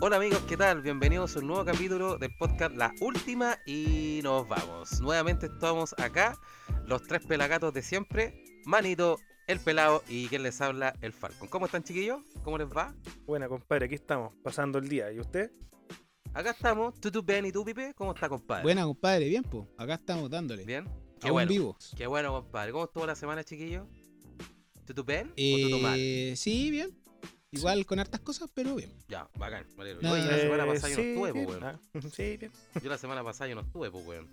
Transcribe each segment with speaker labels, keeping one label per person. Speaker 1: Hola amigos, ¿qué tal? Bienvenidos a un nuevo capítulo del podcast La Última y nos vamos. Nuevamente estamos acá, los tres pelagatos de siempre, Manito, el pelado y quien les habla, el Falcon. ¿Cómo están chiquillos? ¿Cómo les va?
Speaker 2: Buena, compadre, aquí estamos, pasando el día. ¿Y usted?
Speaker 1: Acá estamos, tú, tú, Ben y tú, Pipe, ¿cómo está compadre?
Speaker 3: Buena, compadre, bien, po. Acá estamos dándole.
Speaker 1: ¿Bien? Qué
Speaker 3: Aún
Speaker 1: bueno,
Speaker 3: vivos.
Speaker 1: qué bueno compadre. ¿Cómo estuvo la semana chiquillos? ¿Tú, tú, Ben o tú, tú, Mal?
Speaker 3: Eh, sí, bien. Igual con hartas cosas, pero bien.
Speaker 1: Ya, bacán, me alegro.
Speaker 3: no,
Speaker 1: Oye, yo la
Speaker 3: eh,
Speaker 1: semana pasada yo no
Speaker 2: sí,
Speaker 1: estuve, po,
Speaker 2: bien.
Speaker 1: weón.
Speaker 2: Ah, sí, bien.
Speaker 1: Yo la semana pasada yo no estuve, pues, weón.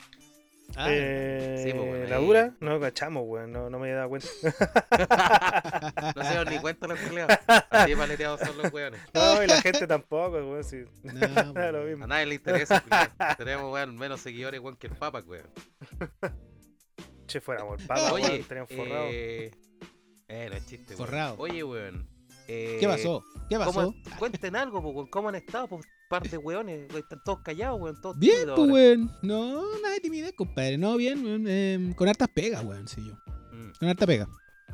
Speaker 3: Ah,
Speaker 2: Eh,
Speaker 1: sí, pues, bueno,
Speaker 2: la
Speaker 1: ahí-
Speaker 2: dura, no cachamos, weón, no, no me he dado cuenta.
Speaker 1: No se dan ni cuenta los culiados. Así de paleteados son los weones.
Speaker 2: No, y la gente tampoco, weón, sí.
Speaker 3: no,
Speaker 2: Da lo
Speaker 3: po.
Speaker 1: A
Speaker 2: mismo.
Speaker 1: nadie le interesa, culiao. Tenemos, weón, menos seguidores, weón, que el Papa, weón.
Speaker 2: Che, fuéramos el papa,
Speaker 1: Oye,
Speaker 2: weón, tenían forrado.
Speaker 1: eh... eh, no es chiste, weón.
Speaker 3: Forrado.
Speaker 1: Oye, weón. eh,
Speaker 3: ¿Qué pasó? ¿Qué pasó?
Speaker 1: ¿cómo- Cuenten algo, pues, weón. ¿Cómo han estado, pues, par de weones? weón? Están todos callados, weón. Todos
Speaker 3: Bien,
Speaker 1: tímidos
Speaker 3: pues,
Speaker 1: ahora.
Speaker 3: weón. No, nada de timidez, compadre. No, bien. weón, em, con hartas pegas, weón, sí yo.
Speaker 1: Mm,
Speaker 3: Con harta pega.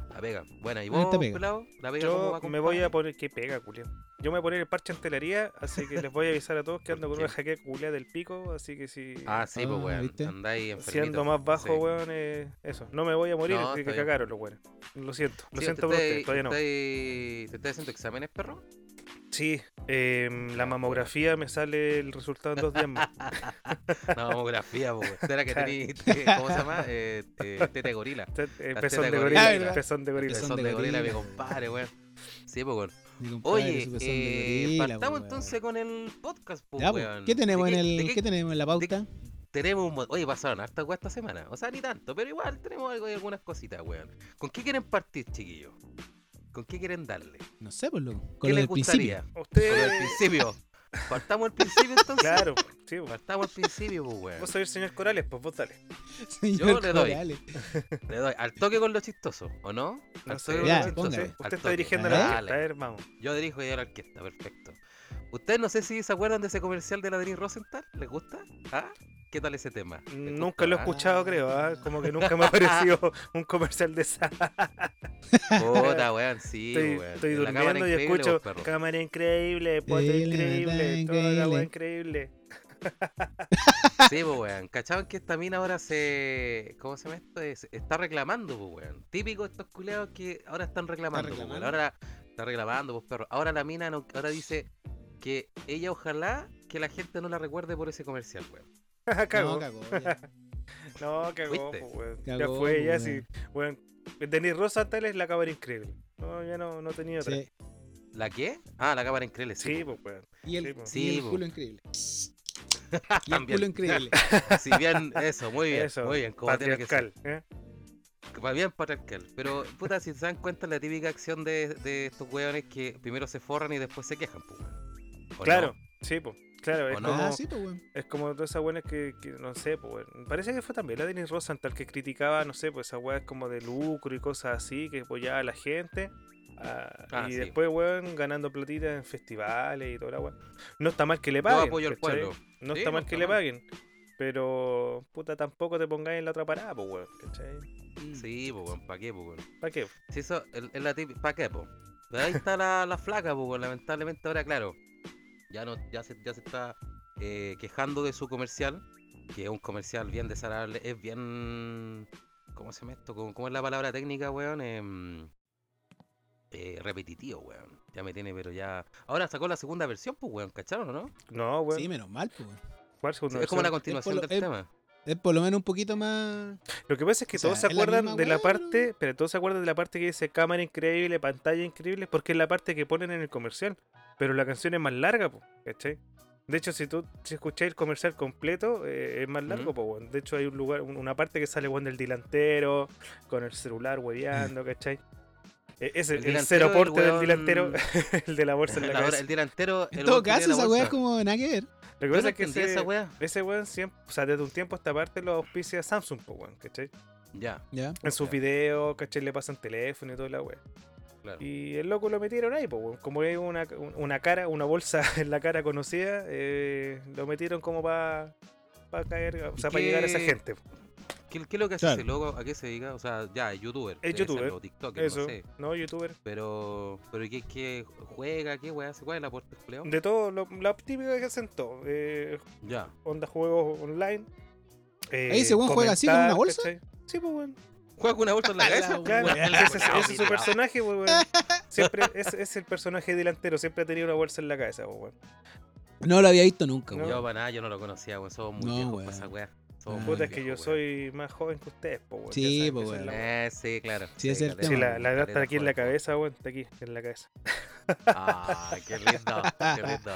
Speaker 1: la pega. Bueno, ¿y
Speaker 3: Con
Speaker 1: vos,
Speaker 3: esta pega.
Speaker 1: pelado? La pega cómo
Speaker 2: Yo
Speaker 1: va,
Speaker 2: me voy a
Speaker 1: compadre?
Speaker 2: poner. que pega, culiao? Yo me voy a poner el parche en telería, así que les voy a avisar a todos que ando con
Speaker 1: qué?
Speaker 2: una jaqueca culia del pico, así que si.
Speaker 1: Ah, sí, pues,
Speaker 3: Ah,
Speaker 1: weón.
Speaker 3: ¿viste?
Speaker 1: Andáis enfermito.
Speaker 2: Siendo más bajo,
Speaker 1: Sí.
Speaker 2: weón, eh, eso. No me voy a morir,
Speaker 1: No,
Speaker 2: así
Speaker 1: está
Speaker 2: que
Speaker 1: bien.
Speaker 2: cagaron los weones. Lo siento, lo
Speaker 1: Sí, ¿te
Speaker 2: siento por ustedes,
Speaker 1: estáis-
Speaker 2: todavía no.
Speaker 1: te estáis- ¿Te estás haciendo exámenes, perro?
Speaker 2: Sí, em, la mamografía me sale el resultado en dos días más.
Speaker 1: No, mamografía, po. weón. Será que
Speaker 2: Claro.
Speaker 1: tení, ¿cómo se llama? Eh, eh, tete gorila.
Speaker 2: Te- eh,
Speaker 1: Las
Speaker 2: Pezón
Speaker 1: tetas
Speaker 2: de
Speaker 1: de
Speaker 2: gorila,
Speaker 3: gorila.
Speaker 2: pezón de gorila.
Speaker 3: Pezón
Speaker 1: Son de
Speaker 3: de
Speaker 1: gorila, mi
Speaker 3: gorila.
Speaker 1: compadre, weón. Sí, po, weón.
Speaker 3: Mi compadre,
Speaker 1: Oye,
Speaker 3: su pezón de
Speaker 1: eh,
Speaker 3: gorila, po,
Speaker 1: partamos
Speaker 3: weón.
Speaker 1: entonces con el podcast, po,
Speaker 3: Ya, po.
Speaker 1: weón.
Speaker 3: ¿Qué tenemos
Speaker 1: ¿De
Speaker 3: en el,
Speaker 1: de
Speaker 3: ¿qué tenemos en la pauta?
Speaker 1: tenemos un mon- Oye, pasaron hartas weas esta semana. O sea, ni tanto, pero igual tenemos algo y algunas cositas, weón. ¿Con qué quieren partir, chiquillos? ¿Con qué quieren darle?
Speaker 3: No sé, pues, loco.
Speaker 1: ¿Qué
Speaker 3: Con lo
Speaker 1: les
Speaker 3: del principio.
Speaker 1: gustaría? Con lo del
Speaker 2: Usted,
Speaker 1: principio. Partamos al principio entonces.
Speaker 2: claro, sí, vos
Speaker 1: Partamos al principio, po, weón.
Speaker 2: soy el señor Corales, pues vos dale.
Speaker 3: Señor
Speaker 1: le doy.
Speaker 3: Corales.
Speaker 1: Le doy al toque con lo chistoso, ¿o no?
Speaker 2: No
Speaker 1: Al
Speaker 2: sé.
Speaker 1: toque con
Speaker 3: Ya,
Speaker 1: lo chistoso.
Speaker 3: póngale.
Speaker 1: Al
Speaker 2: Usted está
Speaker 1: toque. Ah,
Speaker 2: dirigiendo
Speaker 3: ¿eh?
Speaker 2: la
Speaker 1: Dale.
Speaker 2: orquesta, a ver, vamos.
Speaker 1: Yo dirijo ya la orquesta, perfecto. Ustedes no sé si se acuerdan de ese comercial de la Denise Rosenthal, ¿les gusta? ¿Ah? ¿Qué tal ese tema? ¿Les gusta,
Speaker 2: Nunca lo he
Speaker 1: ah?
Speaker 2: escuchado, creo, ¿ah? como que nunca me ha parecido un comercial de esa.
Speaker 1: Ah, Puta, weón, sí,
Speaker 2: Estoy,
Speaker 1: weón.
Speaker 2: estoy
Speaker 1: La cámara
Speaker 2: durmiendo y
Speaker 1: increíble,
Speaker 2: escucho
Speaker 1: vos, perro.
Speaker 2: cámara increíble, foto
Speaker 3: Increíble,
Speaker 2: increíble, toda la weá
Speaker 3: increíble".
Speaker 2: increíble.
Speaker 1: Sí, pues, weón. ¿Cachaban que esta mina ahora se. ¿Cómo se llama esto? Es- Está reclamando, pues, weón. Típico estos culeados que ahora están reclamando, pues, weón.
Speaker 3: reclamando?
Speaker 1: Ahora está reclamando, pues, perro. Ahora la mina no- ahora dice que ella ojalá que la gente no la recuerde por ese comercial, weón.
Speaker 2: Ah, Cagó.
Speaker 3: No, cagó. ya.
Speaker 2: No, cagó,
Speaker 1: Fuiste.
Speaker 2: po, weón.
Speaker 3: Cagó,
Speaker 2: ya fue,
Speaker 3: po,
Speaker 2: ya
Speaker 3: weón.
Speaker 2: sí. Weón, Denis Rosa tal es la cámara increíble. No, ya no, no tenía otra.
Speaker 3: Sí.
Speaker 1: ¿La qué? Ah, la cámara increíble, sí.
Speaker 2: Sí, pues, weón.
Speaker 3: Y
Speaker 2: Sí,
Speaker 3: el,
Speaker 2: po.
Speaker 3: y el
Speaker 1: Sí, po.
Speaker 3: culo increíble. Y el
Speaker 1: También.
Speaker 3: culo increíble.
Speaker 1: Si bien, eso, muy bien,
Speaker 2: Eso,
Speaker 1: muy bien, como tiene que ser.
Speaker 2: patriarcal. ¿eh?
Speaker 1: Va bien patriarcal. Pero, puta, si se dan cuenta, la típica acción de, de estos weones que primero se forran y después se quejan, pues. weón. ¿O no?
Speaker 2: Claro, sí, pues. Claro, es
Speaker 1: ¿O no?
Speaker 2: como,
Speaker 3: Ah, sí, pues, weón.
Speaker 2: es como todas esas weones que, que no sé, pues, weón. Parece que fue también la Denis Rosan tal que criticaba, no sé, pues esas weas como de lucro y cosas así, que apoyaba a la gente. ah,
Speaker 1: Ah,
Speaker 2: y
Speaker 1: sí.
Speaker 2: después, weón, ganando platitas en festivales y toda la wea. No está mal que le
Speaker 1: Yo
Speaker 2: paguen.
Speaker 1: apoyo al
Speaker 2: ¿cachai?
Speaker 1: pueblo.
Speaker 2: No
Speaker 1: Sí,
Speaker 2: está
Speaker 1: no
Speaker 2: mal
Speaker 1: está
Speaker 2: que le
Speaker 1: mal.
Speaker 2: paguen. Pero, puta, tampoco te pongáis en la otra parada, pues, weón. ¿Cachai?
Speaker 1: Sí, pues, weón, ¿para qué, pues, weón?
Speaker 2: ¿Para qué?
Speaker 1: Si eso el- es la típica. ¿Para qué, po? Pero ahí está la, la flaca, pues, weón. Lamentablemente, ahora, claro. Ya, no, ya, se, ya se está eh, quejando de su comercial, que es un comercial bien desagradable, es bien. ¿Cómo se llama esto? ¿Cómo, cómo es la palabra técnica, weón? Em, eh, repetitivo, weón. Ya me tiene, pero ya. Ahora sacó la segunda versión, pues, weón, ¿cacharon o no?
Speaker 2: No, weón.
Speaker 3: Sí, menos mal, pues, weón.
Speaker 2: ¿Cuál segunda
Speaker 1: es como una
Speaker 2: versión?
Speaker 1: continuación
Speaker 3: lo- eh,
Speaker 1: del
Speaker 3: es-
Speaker 1: tema.
Speaker 3: Es por lo menos un poquito más.
Speaker 2: Lo que pasa es que
Speaker 3: O sea,
Speaker 2: todos se
Speaker 3: es la
Speaker 2: acuerdan
Speaker 3: misma
Speaker 2: de la
Speaker 3: weá, pero-
Speaker 2: parte, pero todos se acuerdan de la parte que dice cámara increíble, pantalla increíble, porque es la parte que ponen en el comercial. Pero la canción es más larga, po, ¿cachai? De hecho, si tú si escucháis el comercial completo, eh, es más largo,
Speaker 1: Ujú.
Speaker 2: po, weón. De hecho, hay un lugar, un- una parte que sale, weón, del delantero, con el celular hueveando, ¿cachai? E- Ese, el,
Speaker 1: delantero,
Speaker 2: cero
Speaker 1: el
Speaker 2: porte del
Speaker 1: weón-
Speaker 2: delantero, el de la bolsa en la
Speaker 1: La-
Speaker 2: cabeza.
Speaker 1: el delantero.
Speaker 3: En
Speaker 1: el
Speaker 3: todo
Speaker 1: weón que tiene
Speaker 3: caso,
Speaker 1: la
Speaker 3: esa weá
Speaker 1: bolsa.
Speaker 3: es como nada que ver.
Speaker 2: Lo que
Speaker 1: Yo no
Speaker 2: pasa es que
Speaker 1: entendí esa
Speaker 2: ese,
Speaker 1: weá.
Speaker 2: ese weón siempre, o sea, desde un tiempo a esta parte lo auspicia Samsung, po, weón, ¿cachai?
Speaker 1: Ya.
Speaker 3: Ya.
Speaker 2: En sus
Speaker 1: Ya.
Speaker 2: videos, ¿cachai? Le pasan teléfono y toda la wea.
Speaker 1: Claro.
Speaker 2: Y el loco lo metieron ahí, pues, weón. como hay una, una cara, una bolsa en la cara conocida, eh, lo metieron como para caer, o sea,
Speaker 1: ¿Y
Speaker 2: para llegar a esa
Speaker 1: qué-
Speaker 2: gente.
Speaker 1: ¿Qué, qué es lo que hace
Speaker 3: Claro.
Speaker 1: ese loco? ¿A qué se dedica? O sea, ya, es youtuber.
Speaker 2: Es
Speaker 1: debe
Speaker 2: youtuber,
Speaker 1: serlo, TikToker,
Speaker 2: Eso.
Speaker 1: no sé.
Speaker 2: No, youtuber.
Speaker 1: Pero, pero ¿qué, qué juega? ¿Qué weá hace? ¿Cuál es la puerta de empleo?
Speaker 2: De todo, lo, la típica que hacen todo. Eh,
Speaker 1: Ya.
Speaker 2: onda juegos online. Eh,
Speaker 3: Ese weón juega así, con
Speaker 2: comentar,
Speaker 3: una bolsa.
Speaker 2: ¿cachai? Sí, pues weón.
Speaker 1: Juega con una bolsa en la
Speaker 3: A la
Speaker 1: cabeza.
Speaker 2: Claro,
Speaker 1: Weón,
Speaker 2: ese, es,
Speaker 1: culiao,
Speaker 2: ese es su
Speaker 1: culiao.
Speaker 2: personaje, pues, weón. Siempre es, es el personaje delantero, siempre ha tenido una bolsa en la cabeza, pues, weón.
Speaker 3: No lo había visto nunca,
Speaker 2: No.
Speaker 3: weón.
Speaker 1: Yo para nada, yo no lo conocía, weón. Somos muy
Speaker 3: No,
Speaker 1: viejos
Speaker 3: weón.
Speaker 1: para esa weá. Somos
Speaker 3: Ah.
Speaker 1: muy
Speaker 2: Puta, es que yo
Speaker 1: viejos, weón.
Speaker 2: soy más joven que ustedes, pues, weón.
Speaker 3: Sí,
Speaker 2: Ya saben que
Speaker 3: pues,
Speaker 2: esa es
Speaker 3: weón.
Speaker 2: la weá.
Speaker 1: Eh, sí, claro.
Speaker 3: Sí, es el
Speaker 1: caleta,
Speaker 3: tema.
Speaker 2: Sí, la, la edad
Speaker 1: caleta
Speaker 2: está aquí en la
Speaker 1: joven.
Speaker 2: cabeza, weón. Está aquí, en la cabeza.
Speaker 1: Ah, qué lindo, qué lindo.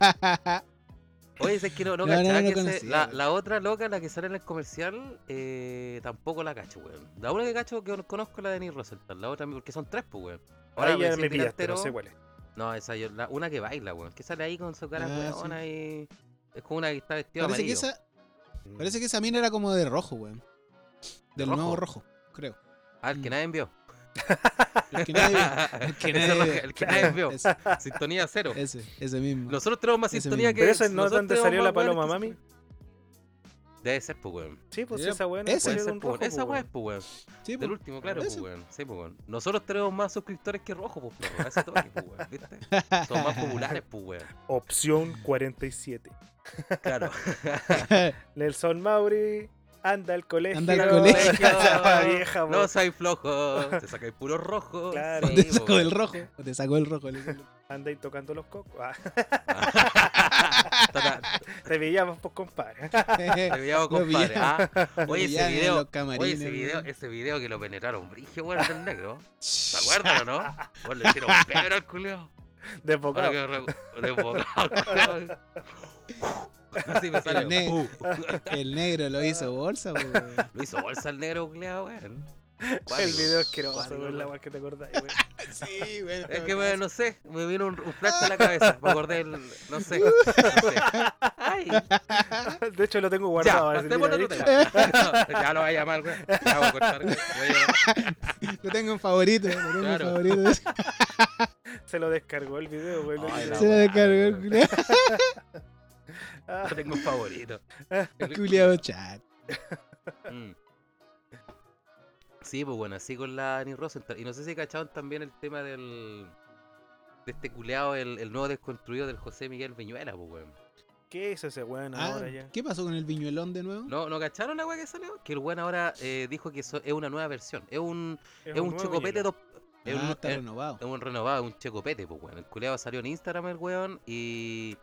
Speaker 3: Ah,
Speaker 1: Oye, es que no, no,
Speaker 3: No, no,
Speaker 1: cachaba
Speaker 3: no
Speaker 1: que ese-
Speaker 3: conocía,
Speaker 1: la,
Speaker 3: weón.
Speaker 1: la otra loca, la que sale en el comercial, eh, tampoco la cacho, weón. La única que cacho que conozco es la de Neil Rosenthal, la otra, porque son tres, pues, weón.
Speaker 2: Ahora
Speaker 1: me
Speaker 2: ya
Speaker 1: decís
Speaker 2: me pillaste,
Speaker 1: delantero,
Speaker 2: no sé cuál es.
Speaker 1: No, esa yo, la, una que baila, weón, que sale ahí con su cara
Speaker 3: Ah,
Speaker 1: weona y... Es como una que está vestida
Speaker 3: parece, que
Speaker 1: amarillo.
Speaker 3: esa, parece que esa mina era como de rojo, weón. Del
Speaker 1: rojo?
Speaker 3: nuevo rojo, creo.
Speaker 1: Ah, el que nadie envió.
Speaker 3: El que nadie vio.
Speaker 1: el
Speaker 3: que
Speaker 1: que
Speaker 3: nadie
Speaker 1: nadie,
Speaker 3: vio.
Speaker 1: el que nadie envió.
Speaker 3: Ese,
Speaker 1: Sintonía cero.
Speaker 3: ese, ese mismo.
Speaker 1: Nosotros tenemos más
Speaker 3: Ese
Speaker 1: sintonía
Speaker 3: mismo.
Speaker 1: que...
Speaker 2: Pero esa no es
Speaker 1: nosotros
Speaker 2: donde
Speaker 1: tenemos
Speaker 2: salió la
Speaker 1: más weones
Speaker 2: paloma,
Speaker 1: que-
Speaker 2: mami.
Speaker 1: Debe ser, pues, weón.
Speaker 2: Sí, pues
Speaker 3: Ya,
Speaker 2: esa weón.
Speaker 3: esa
Speaker 1: Puede
Speaker 3: Salió
Speaker 1: ser, pues, esa weá es, pues, weón.
Speaker 3: Sí,
Speaker 1: Del
Speaker 3: po.
Speaker 1: último, claro, pues,
Speaker 3: Ese.
Speaker 1: weón. Sí, pues, weón. Nosotros tenemos más suscriptores que Rojo, pues, perro. A ese toque, pues, weón. ¿Viste? Son más populares, pues, weón.
Speaker 2: Opción 47.
Speaker 1: Claro.
Speaker 2: Nelson Mauri, anda al colegio.
Speaker 3: Anda al colegio.
Speaker 2: Esa vieja,
Speaker 1: no
Speaker 2: weón.
Speaker 1: soy flojo. Te sacáis puro rojo.
Speaker 2: Claro.
Speaker 1: Sí,
Speaker 3: te
Speaker 1: pues,
Speaker 3: sacó
Speaker 1: weón.
Speaker 3: el rojo. o te sacó el rojo. le digo.
Speaker 2: Anda ahí tocando los cocos. Ah,
Speaker 1: Tata,
Speaker 2: te pillamos, pues, compadre.
Speaker 1: Te pillamos, compadre.
Speaker 3: pillaron.
Speaker 1: ah. Oye, ese
Speaker 3: pillaron en los
Speaker 1: video. Oye,
Speaker 3: camarines,
Speaker 1: ese video,
Speaker 3: weón.
Speaker 1: ese video que lo penetraron brigio, weón, del negro. ¿Se acuerdan o no? Pues le hicieron pedro al culeo. Ahora
Speaker 2: Desbocado.
Speaker 1: que re- revocado, weón. Así me
Speaker 3: El,
Speaker 1: sale.
Speaker 3: ne-
Speaker 1: Uh.
Speaker 3: el negro lo hizo bolsa, weón.
Speaker 1: Lo hizo bolsa al negro, culiao, weón.
Speaker 2: El
Speaker 1: Cuático,
Speaker 2: video asqueroso,
Speaker 1: cuático,
Speaker 2: weón. La
Speaker 1: weón.
Speaker 2: weá que te acordáis, weón.
Speaker 3: Sí, weón.
Speaker 1: Es que, me, no sé, me vino un, un flash a la cabeza. Me acordé del. No sé. No sé. Ay,
Speaker 2: De hecho, lo tengo
Speaker 1: ya,
Speaker 2: guardado. así,
Speaker 1: pasemos
Speaker 2: mira,
Speaker 1: al otro
Speaker 2: ¿viste?
Speaker 1: tema. Ya lo voy a llamar, weón. Ya voy a cortar, weón. Voy a llamar.
Speaker 3: Lo tengo en favorito, lo tengo
Speaker 1: Claro.
Speaker 3: en favorito.
Speaker 2: Se lo descargó el video, weón.
Speaker 1: Ay, la
Speaker 3: Se lo
Speaker 1: weá,
Speaker 3: descargó el
Speaker 1: weón.
Speaker 3: culiao.
Speaker 2: Ah,
Speaker 1: No tengo un favorito.
Speaker 3: El culiao chat.
Speaker 1: Mm. Sí, pues bueno, así con la Annie Rosenthal. Y no sé si cacharon también el tema del. De este culeado, el, el nuevo desconstruido del José Miguel Viñuela, pues weón.
Speaker 2: ¿Qué hizo ese weón
Speaker 3: Ah,
Speaker 2: ahora ya?
Speaker 3: ¿Qué pasó con el viñuelón de nuevo?
Speaker 1: ¿No, ¿no cacharon la weá que salió? Que el weón ahora eh, dijo que eso es una nueva versión. Es un, es un,
Speaker 2: nuevo
Speaker 1: chocopete
Speaker 2: vinilo.
Speaker 1: dos. Es un,
Speaker 3: ah, está
Speaker 1: es-
Speaker 3: renovado.
Speaker 1: Es un renovado, un checopete, pues, weón. El culeado salió en Instagram, el weón, y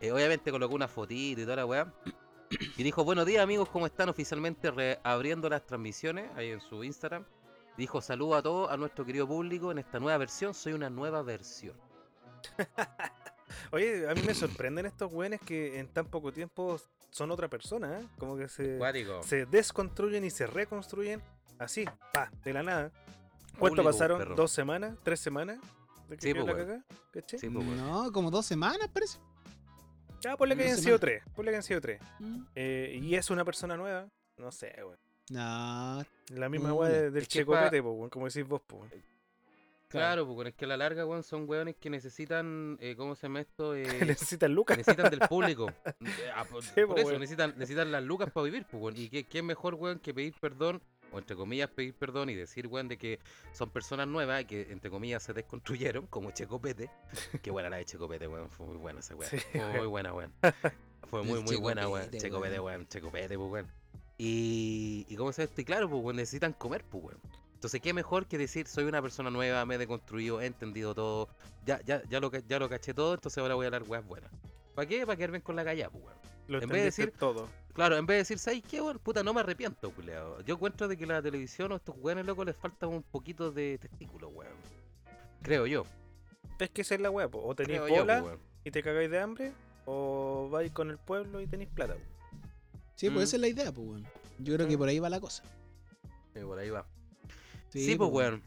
Speaker 1: eh, obviamente colocó una fotito y toda la weá. Y dijo, buenos días, amigos, ¿cómo están? Oficialmente reabriendo las transmisiones ahí en su Instagram. Dijo, saludo a todos, a nuestro querido público en esta nueva versión. Soy una nueva versión.
Speaker 2: Oye, a mí me sorprenden estos weones que en tan poco tiempo son otra persona, ¿eh? Como que se,
Speaker 1: Cuático.
Speaker 2: se desconstruyen y se reconstruyen así, pa, de la nada. ¿Cuánto
Speaker 1: Público,
Speaker 2: pasaron?
Speaker 1: perro.
Speaker 2: ¿Dos semanas? ¿Tres semanas? ¿De que
Speaker 1: Sí,
Speaker 2: quedó
Speaker 1: po,
Speaker 2: la
Speaker 1: weón.
Speaker 2: cagá? ¿Cachai?
Speaker 1: Sí, pues, weón.
Speaker 3: No, como dos semanas parece.
Speaker 2: Ya, ponle que
Speaker 3: Dos
Speaker 2: hayan sido
Speaker 3: semanas.
Speaker 2: tres. Ponle que hayan sido tres.
Speaker 3: Mm.
Speaker 2: Eh, y es una persona nueva. No sé, weón.
Speaker 3: No,
Speaker 2: La misma
Speaker 3: Mm,
Speaker 2: weá
Speaker 3: ya.
Speaker 2: de- del
Speaker 1: Es que
Speaker 2: checopete, po, weón, como decís vos, po, weón.
Speaker 1: Claro, pues, weón, es que a la larga, weón, son weones que necesitan, eh, ¿cómo se llama esto? Eh,
Speaker 2: Necesitan lucas.
Speaker 1: necesitan del público. Eh, ah, por,
Speaker 2: Sí, po,
Speaker 1: por eso,
Speaker 2: weón.
Speaker 1: necesitan, necesitan las lucas para vivir, pues, weón. Y qué, qué mejor, weón, que pedir perdón, o entre comillas, pedir perdón y decir, weón, de que son personas nuevas y que, entre comillas, se desconstruyeron, como Checopete. Qué buena la de Checopete, weón. Fue muy buena esa weón.
Speaker 2: Sí,
Speaker 1: Fue muy
Speaker 2: weón.
Speaker 1: buena, weón. Fue
Speaker 3: El
Speaker 1: muy, muy buena, weón.
Speaker 3: Checopete,
Speaker 1: Checopete, weón. Checopete, pues, weón. Y, y cómo se esto, y claro, pues, weón, necesitan comer, pues, weón. Entonces, qué mejor que decir, soy una persona nueva, me he deconstruido, he entendido todo, ya, ya, ya, lo, ca- ya lo caché todo, entonces ahora voy a hablar weas buenas. ¿Para qué? Para quedar bien con la callada, pues, weón.
Speaker 2: Lo
Speaker 1: en vez de
Speaker 2: entendiste
Speaker 1: decir-
Speaker 2: todo.
Speaker 1: Claro, en vez de decir, ¿sabes qué, weón? Puta, no me arrepiento, culeado. Yo encuentro de que la televisión o estos weones locos les falta un poquito de testículo, weón. Creo yo.
Speaker 2: Es que esa es la weá, po. O tenéis
Speaker 1: Creo yo,
Speaker 2: bola
Speaker 1: pues, weón.
Speaker 2: y te cagáis de hambre, o vais con el pueblo y tenéis plata, po.
Speaker 3: Sí,
Speaker 1: Mm.
Speaker 3: pues esa es la idea, pues, weón. Yo creo que por ahí va la cosa.
Speaker 1: Sí, por ahí va. Sí, pues, weón.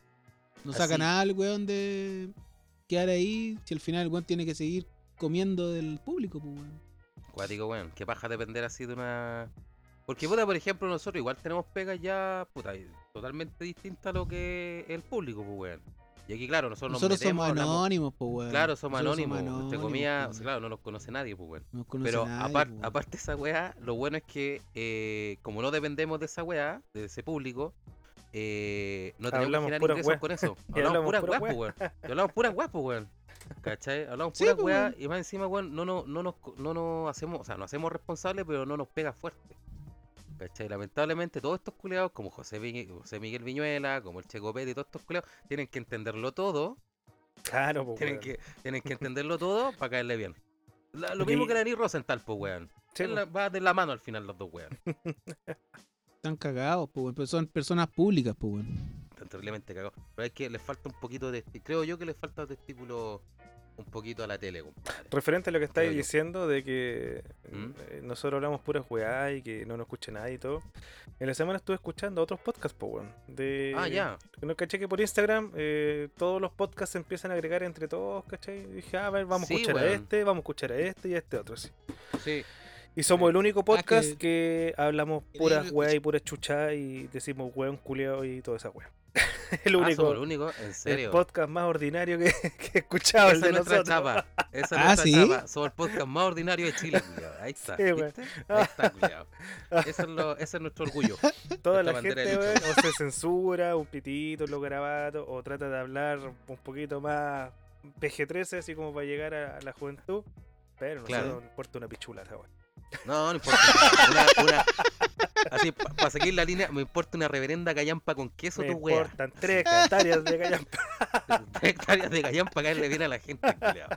Speaker 3: No saca
Speaker 1: así.
Speaker 3: nada el weón de quedar ahí si al final el weón tiene que seguir comiendo del público, pues, weón.
Speaker 1: Cuático, weón. Qué paja depender así de una. Porque, puta, por ejemplo, nosotros igual tenemos pegas ya, puta, y totalmente distintas a lo que el público, pues, weón. Y aquí, claro, nosotros,
Speaker 3: Nosotros
Speaker 1: nos metemos,
Speaker 3: somos
Speaker 1: hablamos-
Speaker 3: anónimos, pues, weón.
Speaker 1: Claro, somos
Speaker 3: Nosotros
Speaker 1: anónimos. Entre comillas,
Speaker 3: pues.
Speaker 1: claro, no los conoce nadie, pues, weón.
Speaker 3: No nos conoce
Speaker 1: Pero
Speaker 3: nadie,
Speaker 1: apar-
Speaker 3: pues, weón.
Speaker 1: aparte de esa weá, lo bueno es que eh, como no dependemos de esa weá, de ese público, eh, no tenemos
Speaker 2: Hablamos
Speaker 1: que generar
Speaker 2: puras
Speaker 1: ingresos
Speaker 2: weas.
Speaker 1: con eso.
Speaker 2: Y
Speaker 1: Hablamos
Speaker 2: hablamos
Speaker 1: puras weá,
Speaker 2: puras
Speaker 1: pues, weón. Y hablamos puras weá, pues, weón. ¿Cachai? Hablamos
Speaker 3: Sí,
Speaker 1: puras
Speaker 3: pues,
Speaker 1: weá
Speaker 3: weón.
Speaker 1: y más encima, weón, no, nos- no, nos, co- no nos hacemos, o sea, nos hacemos responsables, pero no nos pega fuerte. ¿Cachai? Lamentablemente todos estos culeados, como José, Vi- José Miguel Viñuela, como el Checo Pérez y todos estos culeados, tienen que entenderlo todo
Speaker 2: Claro, pues,
Speaker 1: tienen
Speaker 2: weón.
Speaker 1: que, tienen que entenderlo todo para caerle bien. La- lo
Speaker 2: Porque-
Speaker 1: mismo que Dani Rosenthal, pues, weón.
Speaker 2: Sí,
Speaker 1: Es la- va de la mano al final los dos, weón.
Speaker 3: Están cagados, pues, weón. Pero son personas públicas, pues, weón.
Speaker 1: Están terriblemente cagados. Pero es que les falta un poquito de... Creo yo que les falta testículo un poquito a la tele, compadre.
Speaker 2: Referente a lo que estáis
Speaker 1: Creo yo.
Speaker 2: diciendo de que
Speaker 1: ¿Mm?
Speaker 2: eh, nosotros hablamos pura weá y que no nos escucha nadie y todo. En la semana estuve escuchando otros podcasts, po, weón. De...
Speaker 1: ah, ya.
Speaker 2: No caché que por Instagram eh, todos los podcasts se empiezan a agregar entre todos, ¿cachai? Y dije, ah, a ver, vamos
Speaker 1: Sí,
Speaker 2: a escuchar a
Speaker 1: weón.
Speaker 2: este, vamos a escuchar a este y a este otro. sí.
Speaker 1: Sí.
Speaker 2: Y somos
Speaker 1: Sí.
Speaker 2: el único podcast que... hablamos
Speaker 3: que
Speaker 2: puras
Speaker 3: nadie lo
Speaker 2: weá y puras chuchá y decimos weón culeado y toda esa weá. el
Speaker 1: Ah,
Speaker 2: único.
Speaker 1: somos el único, en
Speaker 2: El
Speaker 1: serio.
Speaker 2: podcast más ordinario que, que he escuchado,
Speaker 1: Esa es
Speaker 2: el de
Speaker 1: nuestra
Speaker 2: nosotros.
Speaker 1: chapa. Esa es
Speaker 3: Ah,
Speaker 1: nuestra
Speaker 3: ¿sí?
Speaker 1: chapa. Somos el podcast más ordinario de Chile, culiao. Ahí está.
Speaker 2: Sí, weón.
Speaker 1: ¿viste? Ahí está, culiao. Eso es lo- ese es nuestro orgullo.
Speaker 2: Toda
Speaker 1: Esta
Speaker 2: la gente,
Speaker 1: bandera de
Speaker 2: weón, o se censura, un pitito, los garabatos, o trata de hablar un poquito más PG-13, así como para llegar a, a la juventud. Pero no
Speaker 1: Claro.
Speaker 2: sé, no importa una pichula, esa weá.
Speaker 1: No, no importa. Una, una- Así, para seguir la línea, me importa una reverenda gallampa con queso,
Speaker 2: Me
Speaker 1: tu wea.
Speaker 2: importan tres hectáreas de gallampa.
Speaker 1: Tres hectáreas de gallampa caerle bien a la gente, culiao.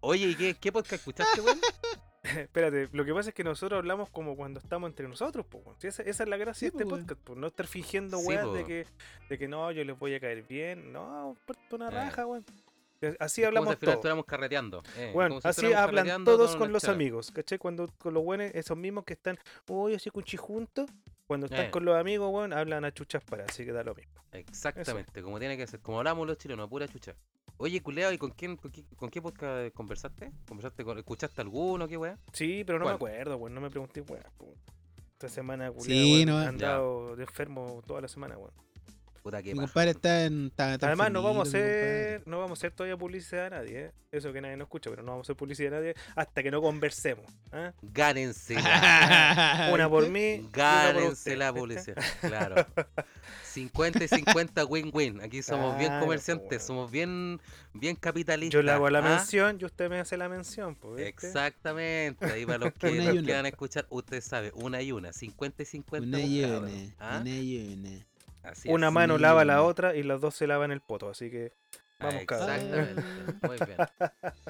Speaker 1: Oye, ¿y qué, qué podcast escuchaste, weón?
Speaker 2: Espérate, lo que pasa es que nosotros hablamos como cuando estamos entre nosotros, po, weón. Si esa, esa es la gracia
Speaker 3: Sí,
Speaker 2: de este
Speaker 3: po, weón.
Speaker 2: podcast, po, no estar fingiendo
Speaker 1: Sí,
Speaker 2: weas
Speaker 1: po.
Speaker 2: de que, de que no, yo les voy a caer bien. No, importa una
Speaker 1: Eh.
Speaker 2: raja, weón. Así
Speaker 1: Es como si
Speaker 2: hablamos
Speaker 1: al final
Speaker 2: todos.
Speaker 1: estuviéramos carreteando. eh,
Speaker 2: Bueno,
Speaker 1: como si
Speaker 2: así
Speaker 1: estuviéramos
Speaker 2: hablan
Speaker 1: carreteando
Speaker 2: todos
Speaker 1: una
Speaker 2: con los
Speaker 1: chela.
Speaker 2: amigos, ¿cachai? Cuando con los buenos, esos mismos que están, uy, así cuchijuntos, cuando están
Speaker 1: Eh.
Speaker 2: con los amigos, weón, hablan a chuchas para, así que da lo mismo.
Speaker 1: Exactamente, como tiene que ser. Como hablamos los chilenos, pura chucha. Oye, culeado, ¿y con quién, con qué, con qué podcast conversaste? ¿Conversaste con, ¿Escuchaste alguno? ¿Qué weá?
Speaker 2: Sí, pero no
Speaker 1: ¿Cuál?
Speaker 2: me acuerdo, weón, no me pregunté, weón. po. Esta semana, culiao,
Speaker 3: Sí,
Speaker 2: weón,
Speaker 3: no,
Speaker 2: he
Speaker 3: ya.
Speaker 2: andado de enfermo toda la semana, weón.
Speaker 1: Puta que
Speaker 3: Mi compadre está en. está- está
Speaker 2: Además, no vamos a
Speaker 3: enfermito, mi compadre.
Speaker 2: hacer, no vamos a hacer todavía publicidad a nadie, ¿eh? Eso que nadie nos escucha, pero no vamos a hacer publicidad a nadie hasta que no conversemos. ¿ah?
Speaker 1: Gánense.
Speaker 2: Una por
Speaker 3: ¿Viste?
Speaker 2: mí, una por
Speaker 1: Gánense
Speaker 2: usted.
Speaker 1: la publicidad, claro. 50 y 50 win-win. Aquí somos bien
Speaker 2: Claro, po,
Speaker 1: comerciantes,
Speaker 2: weón.
Speaker 1: somos bien, bien capitalistas.
Speaker 2: Yo le hago la
Speaker 1: ¿ah?
Speaker 2: mención y usted me hace la mención, pues. ¿viste?
Speaker 1: Exactamente. Ahí para los que,
Speaker 3: Una y
Speaker 1: los que
Speaker 3: una.
Speaker 1: van a escuchar, usted sabe, una y una, 50 y 50.
Speaker 3: Una y
Speaker 1: win-win,
Speaker 3: una,
Speaker 1: cabrón, ¿ah?
Speaker 3: una y una.
Speaker 1: Así
Speaker 2: Una
Speaker 1: es.
Speaker 2: mano
Speaker 3: Sí.
Speaker 2: lava la otra y las dos se lavan el poto, así que vamos, cabrón.
Speaker 1: Exactamente. Muy bien.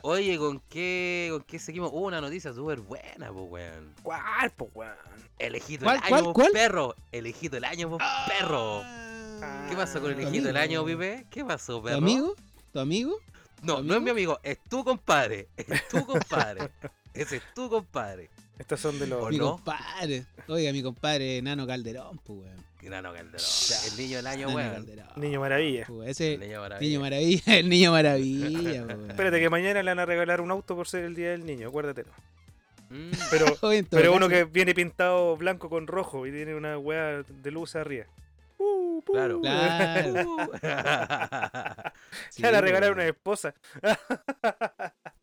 Speaker 1: Oye, ¿con qué, ¿con qué seguimos? Hubo una noticia súper buena, pues, weón.
Speaker 2: ¿Cuál, po, weón?
Speaker 1: Elegido
Speaker 3: ¿Cuál,
Speaker 1: el año,
Speaker 3: cuál,
Speaker 1: vos,
Speaker 3: cuál?
Speaker 1: perro. Elegido el año, vos, perro.
Speaker 3: Ah.
Speaker 1: ¿Qué pasó con el
Speaker 3: Tu
Speaker 1: elegido del año,
Speaker 3: amigo.
Speaker 1: pibe? ¿Qué pasó,
Speaker 3: ¿Tu
Speaker 1: perro?
Speaker 3: amigo? ¿Tu amigo?
Speaker 1: No,
Speaker 3: ¿Tu
Speaker 1: no es mi
Speaker 3: amigo?
Speaker 1: amigo, es tu compadre. Es tu compadre. Ese es tu compadre.
Speaker 2: Estas son de los.
Speaker 1: ¿O
Speaker 3: Mi
Speaker 1: no?
Speaker 3: compadre. Oiga, mi compadre Nano Calderón, pues, weón.
Speaker 1: Grano Calderón.
Speaker 3: Ya.
Speaker 1: El niño del año,
Speaker 3: Nano
Speaker 1: weón.
Speaker 3: Calderón.
Speaker 2: Niño Maravilla.
Speaker 3: pues, weón.
Speaker 1: El
Speaker 3: Ese
Speaker 1: niño maravilla.
Speaker 3: niño maravilla, el niño maravilla, pues, weón.
Speaker 2: Espérate, que mañana le van a regalar un auto por ser el día del niño, acuérdatelo.
Speaker 1: Mm,
Speaker 2: Pero,
Speaker 3: Oye, en todo
Speaker 2: pero uno que
Speaker 3: caso,
Speaker 2: viene pintado blanco con rojo y tiene una weá de luz arriba. Uh, pu.
Speaker 1: Claro.
Speaker 3: Claro.
Speaker 2: Le van a
Speaker 3: sí,
Speaker 2: regalar
Speaker 3: pues,
Speaker 2: una esposa.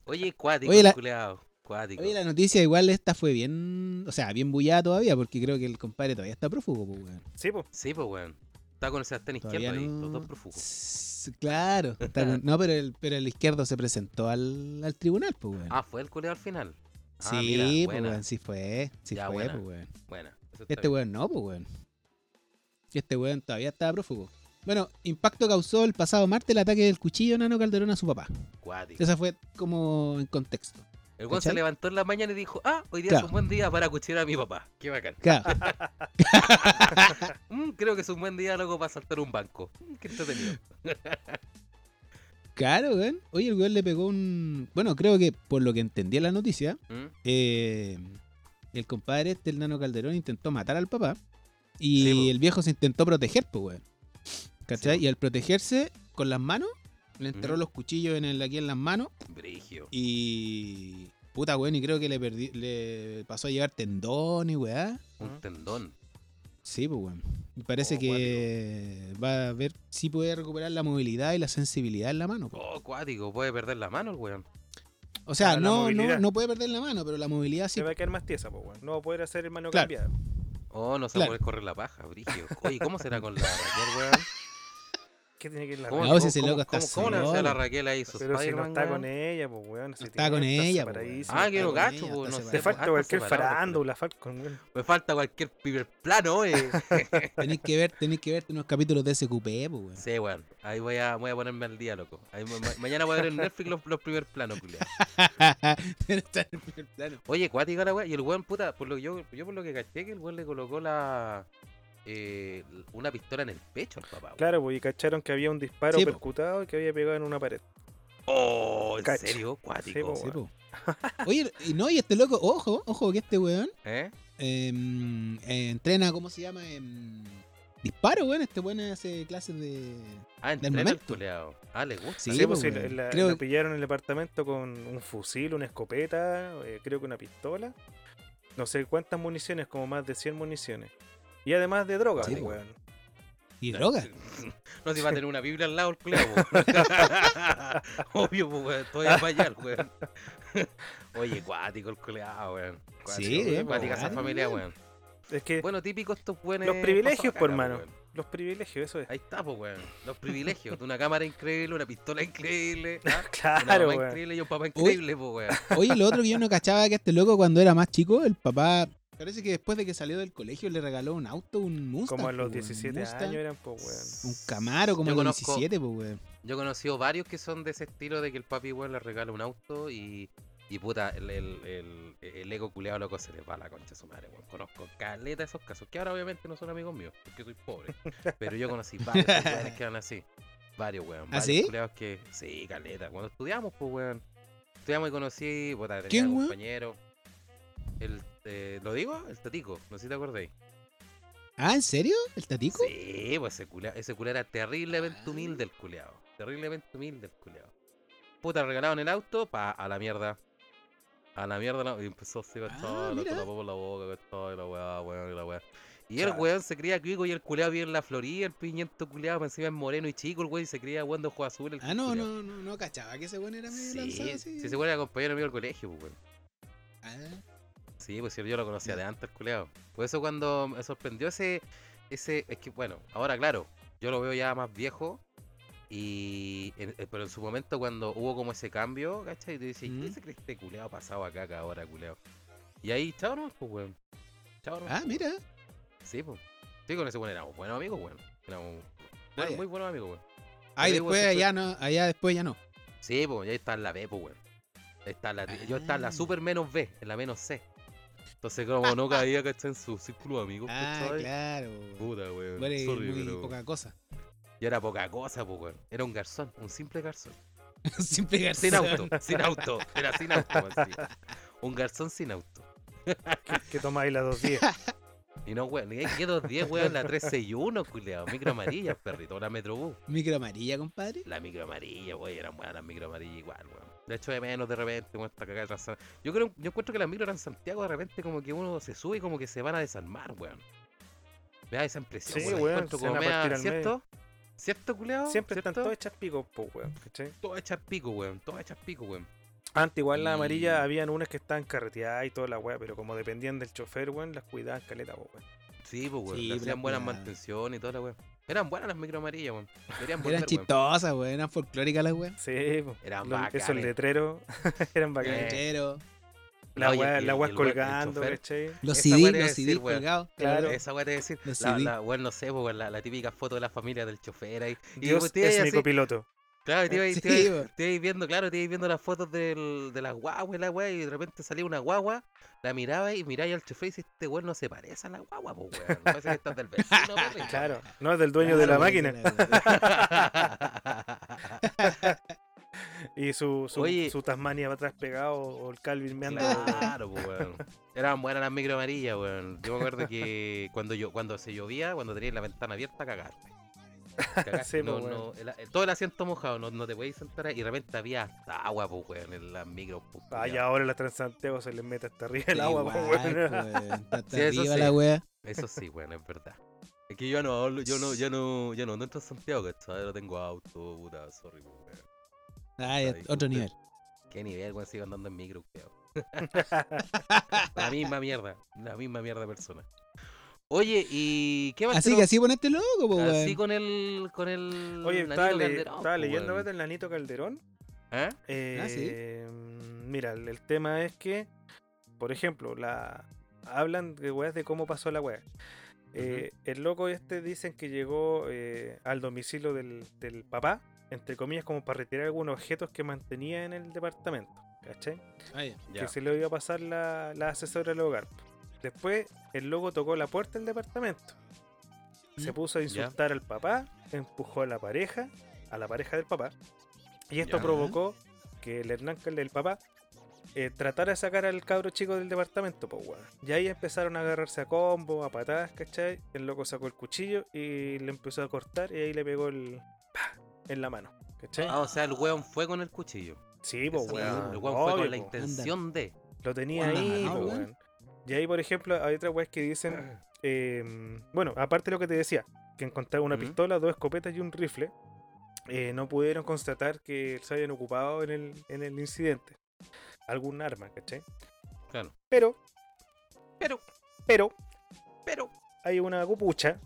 Speaker 1: Oye, cuático,
Speaker 3: Oye, la-
Speaker 1: culeado. Cuático.
Speaker 3: Oye, la noticia igual esta fue bien, o sea, bien bullada todavía, porque creo que el compadre todavía está prófugo, pues, weón.
Speaker 2: Sí, pues.
Speaker 1: Sí, pues, weón. Está con el Sebastián
Speaker 3: Todavía
Speaker 1: izquierdo ahí,
Speaker 3: no-
Speaker 1: los dos prófugos.
Speaker 3: S- Claro, está con- no, pero el, pero el izquierdo se presentó al, al tribunal, pues, weón.
Speaker 1: Ah, fue el culeado al final. Ah,
Speaker 3: sí,
Speaker 1: mira,
Speaker 3: pues,
Speaker 1: buena.
Speaker 3: weón, sí fue, sí
Speaker 1: Ya,
Speaker 3: fue,
Speaker 1: buena.
Speaker 3: pues, weón.
Speaker 1: Buena. eso está
Speaker 3: Este
Speaker 1: bien.
Speaker 3: weón no, pues, weón. Este weón todavía estaba prófugo. Bueno, impacto causó el pasado martes el ataque del cuchillo Nano Calderón a su papá.
Speaker 1: Cuático.
Speaker 3: Esa fue como en contexto.
Speaker 1: El weón se
Speaker 3: ¿cachai?
Speaker 1: levantó en la mañana y dijo, ah, hoy día
Speaker 3: Claro.
Speaker 1: es un buen día para cuchillar a mi papá. Qué bacán.
Speaker 3: Claro,
Speaker 1: Mm, creo que es un buen día luego para saltar un banco. Mm, qué entretenido.
Speaker 3: claro, weón. Oye, el weón le pegó un. Bueno, creo que por lo que entendí en la noticia,
Speaker 1: Mm,
Speaker 3: eh, el compadre este, el Nano Calderón, intentó matar al papá. Y
Speaker 1: Sí, po.
Speaker 3: el viejo se intentó proteger, pues, weón. ¿Cachai?
Speaker 1: po.
Speaker 3: y al protegerse con las manos, le enterró
Speaker 1: Ujú.
Speaker 3: los cuchillos en el, aquí en las manos.
Speaker 1: Brigio.
Speaker 3: Y. Puta, weón, y creo que le, perdi- le pasó a llevar tendón y weá.
Speaker 1: Un
Speaker 2: Ujú.
Speaker 1: tendón.
Speaker 3: Sí, pues, weón. Y Parece
Speaker 2: Oh,
Speaker 3: que va a ver si puede recuperar la movilidad y la sensibilidad en la mano. po.
Speaker 1: Oh, cuático, puede perder la mano el weón.
Speaker 3: O sea,
Speaker 2: Claro, la
Speaker 3: no, no,
Speaker 2: movilidad.
Speaker 3: no puede perder la mano, pero la movilidad sí.
Speaker 2: Se va a quedar más tiesa, pues, weón. No va a poder hacer el mano
Speaker 3: Claro.
Speaker 2: cambiada.
Speaker 1: Oh, no se va a
Speaker 3: Claro.
Speaker 1: poder correr la paja, brígido. Oye, ¿cómo será con la Raquel, weón?
Speaker 2: ¿Qué tiene que ir la
Speaker 1: ¿Cómo,
Speaker 3: No,
Speaker 2: Raquel?
Speaker 3: si ese
Speaker 1: cómo-
Speaker 3: loco está
Speaker 1: cómo- cómo le va a hacer
Speaker 3: solo.
Speaker 1: la Raquel ahí? su
Speaker 2: Pero si no
Speaker 1: Spider-Man,
Speaker 2: está
Speaker 1: weón?
Speaker 2: con ella, pues, weón. si
Speaker 3: está
Speaker 2: tiene-
Speaker 3: con ella, po,
Speaker 2: separadísimo.
Speaker 1: Ah, que
Speaker 3: está
Speaker 1: no
Speaker 3: con
Speaker 1: gacho,
Speaker 3: ella,
Speaker 1: pues,
Speaker 3: está
Speaker 1: no sé.
Speaker 2: Te
Speaker 3: separado.
Speaker 1: pues,
Speaker 2: falta
Speaker 1: harto
Speaker 2: cualquier
Speaker 1: separado,
Speaker 2: farándula, Falcon, weón.
Speaker 1: Me falta cualquier primer plano, eh.
Speaker 3: Tenéis que ver, tenéis que ver unos capítulos de SQP, pues, weón.
Speaker 1: sí, weón. Ahí voy a, voy a ponerme al día, loco. Ahí ma- ma- mañana voy a ver en Netflix los, los primer planos, culiao.
Speaker 3: Pero está en el primer plano.
Speaker 1: Oye, cuática la weá. Y el weón, puta, por lo que yo, yo por lo que caché que el weón le colocó la. eh, una pistola en el pecho al papá. weón.
Speaker 2: Claro, pues, y cacharon que había un disparo
Speaker 3: Sí, po.
Speaker 2: percutado y que había pegado en una pared.
Speaker 1: Oh, ¿en
Speaker 2: Cacho.
Speaker 1: serio? Cuático.
Speaker 2: po.
Speaker 3: Sí,
Speaker 2: Bueno.
Speaker 3: po. Oye, y no, y este loco, ojo, ojo, que este weón
Speaker 1: ¿Eh?
Speaker 3: em, eh, entrena, ¿cómo se llama? Em, disparo, weón. Este weón hace clases de.
Speaker 1: Ah, entrena el
Speaker 3: momento.
Speaker 1: culeado. Ah, le gusta.
Speaker 3: Sí,
Speaker 2: Sí,
Speaker 3: po,
Speaker 2: pues, sí,
Speaker 3: weón.
Speaker 2: la,
Speaker 3: Creo
Speaker 2: la
Speaker 3: que-
Speaker 2: pillaron en el apartamento con un fusil, una escopeta, eh, creo que una pistola. No sé cuántas municiones, como más de 100 municiones. Y además de droga,
Speaker 3: Sí,
Speaker 2: po,
Speaker 3: po.
Speaker 2: weón.
Speaker 3: Y droga.
Speaker 1: No si va a tener una Biblia al lado el culeado. Obvio, pues, weón. Todavía para allá, el weón. Oye, cuático el culeado, weón. Cuático,
Speaker 3: Sí,
Speaker 1: eh, weón,
Speaker 3: bien,
Speaker 1: Cuática esa
Speaker 3: bacán,
Speaker 1: familia,
Speaker 3: weón.
Speaker 1: weón.
Speaker 2: Es que
Speaker 1: Bueno, típico estos buenos.
Speaker 2: Los privilegios, po, hermano.
Speaker 1: weón.
Speaker 2: los privilegios, eso es.
Speaker 1: Ahí está, pues, weón. Los privilegios. De una cámara increíble, una pistola increíble. ¿ah?
Speaker 2: Claro,
Speaker 1: una mamá
Speaker 2: weón.
Speaker 1: increíble y un papá increíble, pues, weón.
Speaker 3: Oye, lo otro que yo no cachaba que este loco cuando era más chico, el papá. Parece que después de que salió del colegio le regaló un auto, un Mustang.
Speaker 2: Como a los
Speaker 3: po, weón,
Speaker 2: 17
Speaker 3: Mustang,
Speaker 2: años eran, pues, weón.
Speaker 3: Un Camaro como
Speaker 1: Yo
Speaker 3: a los
Speaker 1: conozco-
Speaker 3: 17, pues, weón.
Speaker 1: Yo he conocido varios que son de ese estilo de que el papi, weón, le regala un auto y. Y puta, el, el, el, el ego culeado loco se les va a la concha a su madre, weón. Conozco caleta de esos casos, que ahora obviamente no son amigos míos, porque soy pobre. Pero yo conocí varios pues, weones que eran así. Varios, weón.
Speaker 3: ¿Ah,
Speaker 1: varios
Speaker 3: sí?
Speaker 1: culeados que. Sí, caleta. Cuando estudiamos, pues, weón. Estudiamos y conocí, puta, tenía
Speaker 3: ¿Quién, weón?
Speaker 1: compañero. El, eh, ¿Lo digo? El Tatico, no sé si te acordáis.
Speaker 3: Ah, ¿en serio? ¿El tatico?
Speaker 1: Sí, pues ese culeado, ese culeado era terriblemente
Speaker 3: Ah.
Speaker 1: humilde el culeado. Terriblemente humilde el culeado. Puta, regalaron el auto, pa, a la mierda. A la mierda, la- y empezó así,
Speaker 3: Ah,
Speaker 1: todo, lo
Speaker 3: mira.
Speaker 1: tapó por la boca, todo, y la weá, weón, y la weá. Y el
Speaker 2: Claro.
Speaker 1: weón se creía cuico y el culeado vive en la Florida, el piñento culeado, encima es moreno y chico, el weón, y se creía weón de ojo azul. El
Speaker 3: Ah, no,
Speaker 1: culeado.
Speaker 3: no, no, no cachaba que ese weón era medio lanzado
Speaker 1: Sí,
Speaker 3: así.
Speaker 1: sí, se era compañero mío del colegio, pues, weón.
Speaker 3: Ah,
Speaker 1: Sí, pues sí, yo lo conocía
Speaker 3: Ya.
Speaker 1: de antes, culeado. Por eso cuando me sorprendió ese, ese, es que bueno, ahora claro, yo lo veo ya más viejo. Y, en- eh, pero en su momento cuando hubo como ese cambio, ¿cachai? Y te dices,
Speaker 3: Mm.
Speaker 1: ¿qué se cree este culeado pasado acá, acá ahora, culeado? Y ahí, chao nomás, pues, weón. Chao nomás.
Speaker 3: ah, mira.
Speaker 1: Sí, pues. Sí, con ese weón éramos buenos amigos, weón. Éramos
Speaker 3: Vaya.
Speaker 1: muy buenos amigos, weón.
Speaker 3: Ah, y
Speaker 1: Pero digo,
Speaker 3: después
Speaker 1: sí, pues-
Speaker 3: allá no, allá después ya no.
Speaker 1: Sí, pues, ya está en la B, pues, weón. Está en la, Yo estaba en
Speaker 3: Ah.
Speaker 1: la super menos B, en la menos C. Entonces, como no caía, ¿cachai? En su círculo de amigos,
Speaker 3: Ah,
Speaker 1: ¿cachai?
Speaker 3: claro.
Speaker 1: Puta, weón.
Speaker 3: Muere
Speaker 1: Sorry,
Speaker 3: muy
Speaker 1: pero-
Speaker 3: poca cosa.
Speaker 1: Yo era poca cosa, pues, weón. Era un garzón, un simple garzón.
Speaker 3: Siempre
Speaker 1: Sin
Speaker 3: García.
Speaker 1: auto, sin auto. Era sin auto, weón, sí. Un garzón sin auto.
Speaker 2: Que tomáis las dos días.
Speaker 1: Y no, weón. ¿Qué qué dos 10, weón? La 361, culiao. Micro amarilla, perrito. La Metrobús.
Speaker 3: Micro amarilla, compadre.
Speaker 1: La micro amarilla, weón. Eran buenas las micro amarillas igual, weón. De hecho, de menos de repente, weón, esta cagada de Transan- Yo creo, yo encuentro que las micro en Santiago de repente como que uno se sube y como que se van a desarmar, weón. Me da esa impresión,
Speaker 2: Sí,
Speaker 1: weón.
Speaker 2: weón,
Speaker 1: Encuentro
Speaker 2: se van
Speaker 1: como
Speaker 2: a
Speaker 1: mea-
Speaker 2: partir al
Speaker 1: ¿Cierto? ¿Cierto, culiao?
Speaker 2: Siempre están
Speaker 1: ¿Cierto?
Speaker 2: todas hechas picos, pues, weón. ¿cachai?
Speaker 1: Todas hechas pico, weón. Todas hechas pico, weón.
Speaker 2: Antes, igual las amarillas,
Speaker 1: Y-
Speaker 2: habían unas que estaban carreteadas y toda la weá, pero como dependían del chofer, weón, las cuidaban caleta, po, weón.
Speaker 1: Sí, pues, weón.
Speaker 3: Sí,
Speaker 1: le
Speaker 3: pero
Speaker 1: hacían
Speaker 3: las
Speaker 1: buenas
Speaker 3: cuidaban.
Speaker 1: mantenciones y toda la weón. Eran buenas las micro amarillas, weón. Deberían volver,
Speaker 3: Eran
Speaker 1: weón.
Speaker 3: chistosas, weón. Eran folclóricas las weas.
Speaker 2: Sí, pues. po.
Speaker 1: Eran
Speaker 2: Los- Esos
Speaker 1: bacanes.
Speaker 2: letreros eran bacanes.
Speaker 1: Eh,
Speaker 3: Ranchero,
Speaker 2: La
Speaker 1: No, y el-
Speaker 2: weá,
Speaker 1: y
Speaker 2: la
Speaker 1: el-
Speaker 2: weá
Speaker 1: y el weón, el
Speaker 2: colgando,
Speaker 1: chofer,
Speaker 2: ¿cachai?
Speaker 3: Los
Speaker 1: Esa
Speaker 3: CD,
Speaker 1: wea te
Speaker 3: los
Speaker 1: iba a
Speaker 3: CD
Speaker 1: decir, weón.
Speaker 3: colgados.
Speaker 2: Claro.
Speaker 3: claro.
Speaker 1: Esa weá te decir.
Speaker 3: Los
Speaker 1: La,
Speaker 3: CD.
Speaker 1: la, weón, no sé, pues, weón, la, la típica foto de la familia del chofer ahí. Y
Speaker 2: Dios
Speaker 1: pues, te iba
Speaker 2: es
Speaker 1: ahí
Speaker 2: mi
Speaker 1: así-
Speaker 2: copiloto.
Speaker 1: Claro, y te iba ahí-
Speaker 3: Sí,
Speaker 1: te iba ahí-
Speaker 3: weón.
Speaker 1: te iba ahí viendo, claro, te iba ahí viendo las fotos del, de las guaguas y la weá, y de repente salía una guagua, la miraba y miraba al chofer y dice, este weón no se parece a la guagua, pues weón. Parece que estás del vecino, perrito".
Speaker 2: Claro, no es del dueño de la
Speaker 3: Claro,
Speaker 2: máquina.
Speaker 3: weón, claro, weón.
Speaker 2: Y su, su,
Speaker 1: Oye.
Speaker 2: su Tasmania va atrás pegado o el Calvin me anda.
Speaker 1: Claro, pues, weón. Eran buenas las micro amarillas, weón. Yo me acuerdo que cuando yo, cuando se llovía, cuando tenías la ventana abierta, cagaste. Cagaste,
Speaker 2: Sí,
Speaker 1: no-
Speaker 2: pues, weón.
Speaker 1: no- el- el- todo el asiento mojado, no, no te podías sentar ahí, y de repente había hasta agua, pues, weón, en las micro. pues,
Speaker 2: Ay,
Speaker 1: culiao.
Speaker 2: ahora la Transantiago se les mete hasta arriba el
Speaker 3: Da
Speaker 2: agua,
Speaker 3: igual,
Speaker 2: po, weón.
Speaker 3: po, weón. Está hasta
Speaker 1: Sí, eso
Speaker 3: arriba
Speaker 1: sí.
Speaker 3: la wea.
Speaker 1: Eso sí, bueno, es verdad. Es que yo no hablo, yo no, yo no, yo no, no entro a Santiago, ¿cachai? No tengo auto, puta, sorry, po, weón.
Speaker 3: Ah, es
Speaker 1: Ay,
Speaker 3: otro
Speaker 1: puta.
Speaker 3: nivel.
Speaker 1: Qué nivel, weón, sigo andando en micro, weón. La misma mierda, la misma mierda de persona. Oye, ¿y qué más
Speaker 3: Así que
Speaker 1: tenemos?
Speaker 3: así ponete loco, po, weón.
Speaker 1: Así con el, con el
Speaker 2: Oye,
Speaker 1: Nanito
Speaker 2: estaba, le-
Speaker 1: Calderón,
Speaker 2: estaba
Speaker 1: po,
Speaker 2: leyendo
Speaker 1: weón.
Speaker 2: ¿vete? el Nanito Calderón.
Speaker 1: ¿Ah?
Speaker 2: Eh,
Speaker 3: Ah, sí.
Speaker 2: Mira, el, el tema es que, por ejemplo, la hablan de weas de cómo pasó la wea. Eh, El loco este dicen que llegó eh, al domicilio del, del papá, entre comillas, como para retirar algunos objetos que mantenía en el departamento. ¿Cachai?
Speaker 3: Ah, ya.
Speaker 1: Ya.
Speaker 2: que se le iba a pasar la, la asesora del hogar. Después, el loco tocó la puerta del departamento. Se
Speaker 3: Mm.
Speaker 2: puso a insultar al papá, empujó a la pareja, a la pareja del papá. Y esto
Speaker 1: Ya.
Speaker 2: provocó que el Hernán Cal- el papá, eh, tratara de sacar al cabro chico del departamento, pues weón. Y ahí empezaron a agarrarse a combo, a patadas, ¿cachai? El loco sacó el cuchillo y le empezó a cortar y ahí le pegó el... ¡pah! en la mano, ¿cachai?
Speaker 1: Ah, o sea, el weón fue con el cuchillo.
Speaker 2: sí,
Speaker 1: Esa
Speaker 2: pues
Speaker 1: weá,
Speaker 2: weón.
Speaker 1: el weón fue
Speaker 2: obvio,
Speaker 1: con la
Speaker 2: po.
Speaker 1: intención de.
Speaker 2: Lo tenía
Speaker 3: Guau,
Speaker 2: ahí,
Speaker 3: no,
Speaker 2: po,
Speaker 3: weón.
Speaker 2: weón. Y ahí, por ejemplo, hay otras weas que dicen. eh, bueno, aparte de lo que te decía, que encontraron una
Speaker 1: Ujú.
Speaker 2: pistola, dos escopetas y un rifle. eh, no pudieron constatar que se habían ocupado en el, en el incidente. Algún arma, ¿cachai?
Speaker 1: Claro.
Speaker 2: Pero,
Speaker 1: Pero,
Speaker 2: pero,
Speaker 1: pero.
Speaker 2: hay una cupucha.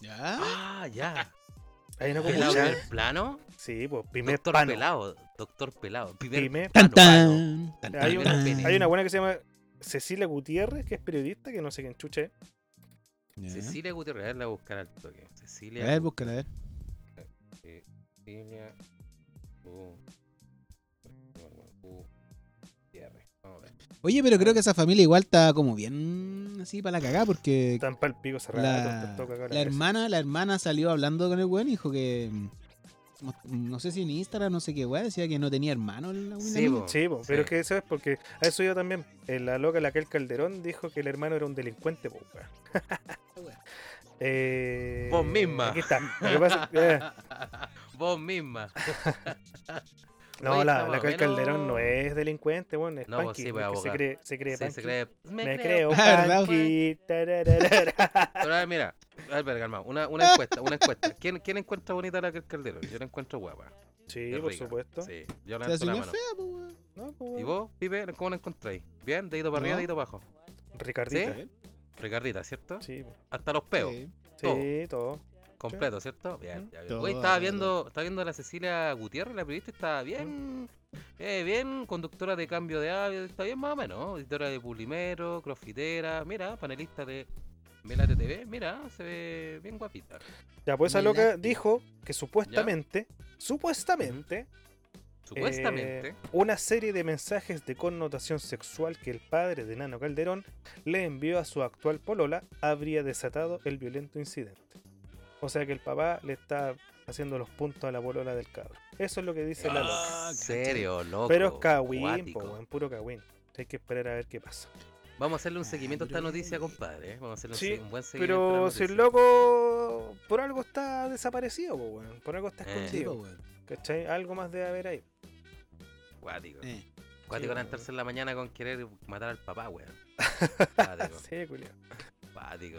Speaker 3: ¿Ya?
Speaker 1: Ah, ya.
Speaker 2: Hay una
Speaker 1: Pelado
Speaker 2: cupucha.
Speaker 1: del plano.
Speaker 2: Sí, pues, primer
Speaker 1: Doctor
Speaker 2: pano.
Speaker 1: Pelado. ¿eh? Doctor Pelado. Primer
Speaker 2: Primer-
Speaker 3: Tan,
Speaker 1: pano.
Speaker 3: tan, tan,
Speaker 2: Hay
Speaker 3: tan,
Speaker 2: una-
Speaker 3: tan.
Speaker 2: Hay una buena que se llama Cecilia Gutiérrez, que es periodista, que no sé quién chuche es.
Speaker 3: Ya.
Speaker 1: Cecilia Gutiérrez, a ver, la voy a buscar al toque. Cecilia.
Speaker 3: A ver, búscala, a ver.
Speaker 1: Cecilia. Gu- Gutiérrez. Vamos a ver.
Speaker 3: Oye, pero creo que esa familia igual está como bien así para la cagada porque
Speaker 2: Tan pal pico cerrado.
Speaker 3: la, la hermana, la hermana salió hablando con el weón y dijo que mm, no, no sé si en Instagram, no sé qué weón, decía que no tenía hermano la weona
Speaker 1: Sí,
Speaker 3: niña.
Speaker 1: bo.
Speaker 2: Sí, po,
Speaker 1: Sí.
Speaker 2: pero es que sabes porque a eso yo también. eh, la loca, la que el Calderón dijo que el hermano era un delincuente, po, weón. Eh,
Speaker 1: Vos misma.
Speaker 2: Aquí está. Lo que pasa- eh,
Speaker 1: Vos misma.
Speaker 2: no,
Speaker 1: Oye,
Speaker 2: la,
Speaker 1: está más
Speaker 2: la que el
Speaker 1: bueno.
Speaker 2: Calderón no es delincuente, bueno, es
Speaker 1: No,
Speaker 2: punky,
Speaker 1: sí, pues,
Speaker 2: porque se
Speaker 1: abogado.
Speaker 2: cree, se cree
Speaker 1: Sí,
Speaker 2: punky.
Speaker 1: se cree-
Speaker 2: Me creo
Speaker 3: Ah, ¿verdad?
Speaker 2: punky. tarararara.
Speaker 1: Pero a ver, mira, a ver, pero calma, una, una encuesta, una encuesta. ¿Quién, ¿Quién encuentra bonita la que el Calderón? Yo la encuentro guapa.
Speaker 2: Sí,
Speaker 1: es
Speaker 2: por
Speaker 1: rica.
Speaker 2: supuesto.
Speaker 1: Sí, yo la levanto
Speaker 3: Se
Speaker 1: la
Speaker 3: asumió
Speaker 1: mano.
Speaker 3: fea, po, weón.
Speaker 2: No, pues, po,
Speaker 1: ¿Y vos, Pipe, cómo la encontráis? ¿Bien? ¿Dedito para arriba,
Speaker 3: No.
Speaker 1: dedito para abajo?
Speaker 2: Ricardita. ¿eh?
Speaker 1: ¿Sí? Ricardita, ¿cierto?
Speaker 2: Sí, po.
Speaker 1: Hasta los peos,
Speaker 3: Sí.
Speaker 2: sí, todo.
Speaker 1: completo, ¿cierto?
Speaker 2: ¿Mm?
Speaker 1: Bien, ya bien.
Speaker 3: Todo,
Speaker 1: Oye, estaba
Speaker 3: todo.
Speaker 1: viendo, estaba viendo a la Cecilia Gutiérrez, la periodista, está bien, eh, bien, conductora de cambio de hábitos, está bien más o menos, ¿no? editora de Pulimero, crossfitera, mira, panelista de Melate TV, mira, se ve bien guapita.
Speaker 2: Ya, pues esa
Speaker 3: Muy
Speaker 2: loca
Speaker 3: lácteo.
Speaker 2: dijo que supuestamente, supuestamente,
Speaker 1: Supuestamente.
Speaker 2: Eh, una serie de mensajes de connotación sexual que el padre de Nano Calderón le envió a su actual polola habría desatado el violento incidente. O sea que el papá le está haciendo los puntos a la polola del cabro. Eso es lo que dice la loca.
Speaker 3: Ah,
Speaker 1: ¿En serio, loco?
Speaker 2: Pero es cagüín,
Speaker 1: cuático.
Speaker 2: po, weón, puro cagüín. Hay que esperar a ver qué pasa.
Speaker 1: Vamos a hacerle un
Speaker 3: Ah,
Speaker 1: seguimiento a esta
Speaker 3: Ay, pero-
Speaker 1: noticia, compadre. ¿eh? Vamos a hacerle un,
Speaker 2: Sí,
Speaker 1: se- un buen seguimiento. a la
Speaker 2: Pero si
Speaker 1: noticia.
Speaker 2: el loco por algo está desaparecido, po, weón, por algo está
Speaker 1: Eh.
Speaker 3: Sí, po,
Speaker 2: escondido.
Speaker 3: weón.
Speaker 2: ¿Cachai? Algo más debe haber ahí.
Speaker 1: Cuático.
Speaker 3: Eh.
Speaker 1: Cuático
Speaker 2: sí,
Speaker 1: levantarse en la mañana con querer matar al papá, weón. Cuático,
Speaker 2: Sí, culiao.
Speaker 1: cuático.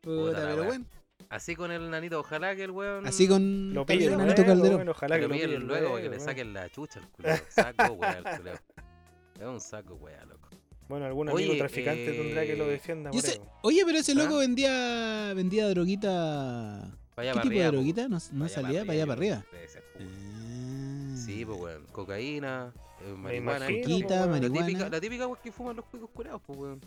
Speaker 3: Puta,
Speaker 1: la
Speaker 3: pero
Speaker 1: weá. Mm.
Speaker 3: bueno.
Speaker 1: Así con el nanito, ojalá que el weón.
Speaker 3: Así con
Speaker 2: Lo
Speaker 3: Carlos
Speaker 2: pillan
Speaker 1: pillan
Speaker 3: Hernando
Speaker 2: luego,
Speaker 3: Calderón.
Speaker 2: weón, ojalá
Speaker 1: que
Speaker 2: que
Speaker 1: eh, lo pillen luego, que le
Speaker 2: weón.
Speaker 1: saquen la chucha al culo. Saco, weón, al culo. Es un saco, weón, loco.
Speaker 2: Bueno, algún
Speaker 1: Oye,
Speaker 2: amigo traficante tendrá que lo
Speaker 1: eh,
Speaker 2: defienda.
Speaker 3: Y
Speaker 2: por
Speaker 3: ese-
Speaker 2: ahí, weón.
Speaker 3: Oye, pero ese
Speaker 1: ¿Ah?
Speaker 3: loco vendía vendía droguita.
Speaker 1: Vaya
Speaker 3: ¿Qué
Speaker 1: para
Speaker 3: tipo de
Speaker 1: arriba, po.
Speaker 3: droguita? No, no
Speaker 1: Vaya
Speaker 3: salía para allá para arriba.
Speaker 1: yo creo que debe ser, po, weón.
Speaker 3: Ah.
Speaker 1: Sí, pues, weón. Cocaína, eh,
Speaker 2: Me
Speaker 1: marihuana.
Speaker 2: imagino.
Speaker 3: Coquita,
Speaker 2: po, weón.
Speaker 1: La
Speaker 3: marihuana.
Speaker 1: típica, la típica weón, que fuman los cuicos curados, pues, weón.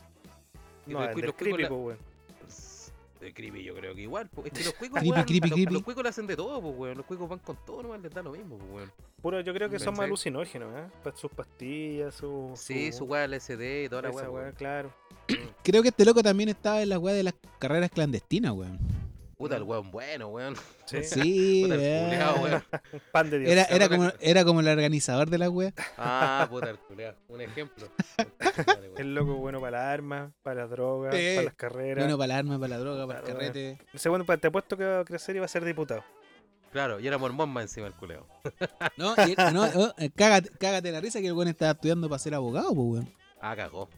Speaker 1: Y
Speaker 2: No,
Speaker 1: los
Speaker 2: el
Speaker 1: cu-
Speaker 2: del
Speaker 1: los cuicos
Speaker 2: creepy,
Speaker 1: la-
Speaker 2: po, weón.
Speaker 1: Pues, De creepy yo creo que igual, po. es que los cuicos,
Speaker 3: Creepy,
Speaker 1: weón,
Speaker 3: creepy,
Speaker 1: a los, a
Speaker 3: creepy.
Speaker 1: los cuicos le hacen de todo, pues weón, los cuicos van con todo, nomás les da lo mismo, pues weón.
Speaker 2: Puro, yo creo que son más
Speaker 1: ¿Cachai?
Speaker 2: alucinógenos, ¿eh? Pa- Sus pastillas, su.
Speaker 1: Sí, su weá LSD y toda la
Speaker 2: esa
Speaker 1: weá,
Speaker 2: weá,
Speaker 1: weón.
Speaker 2: claro.
Speaker 3: Creo que este loco también estaba en las weas de las carreras clandestinas, weón.
Speaker 1: Puta el weón bueno, weón. Puta
Speaker 2: Sí.
Speaker 3: Sí, eh.
Speaker 1: el
Speaker 3: weón.
Speaker 1: culeado, weón.
Speaker 2: Un pan de Dios.
Speaker 3: Era,
Speaker 1: se
Speaker 3: era,
Speaker 1: roca-
Speaker 3: como, era como el organizador de las weas.
Speaker 1: Ah, puta el culeado. Un ejemplo. Vale, weón.
Speaker 2: El loco bueno para las armas, para las drogas,
Speaker 3: Sí.
Speaker 2: para las carreras.
Speaker 3: Bueno, para las armas, para la droga, para el
Speaker 2: Claro,
Speaker 3: carrete.
Speaker 2: Segundo, pa- te apuesto que va a crecer y va a ser diputado.
Speaker 1: Claro, y era mormón más encima el culeado.
Speaker 3: No, y el- no, oh, eh, cágate, cágate la risa que el weón estaba estudiando para ser abogado, pues weón.
Speaker 1: Ah, cagó.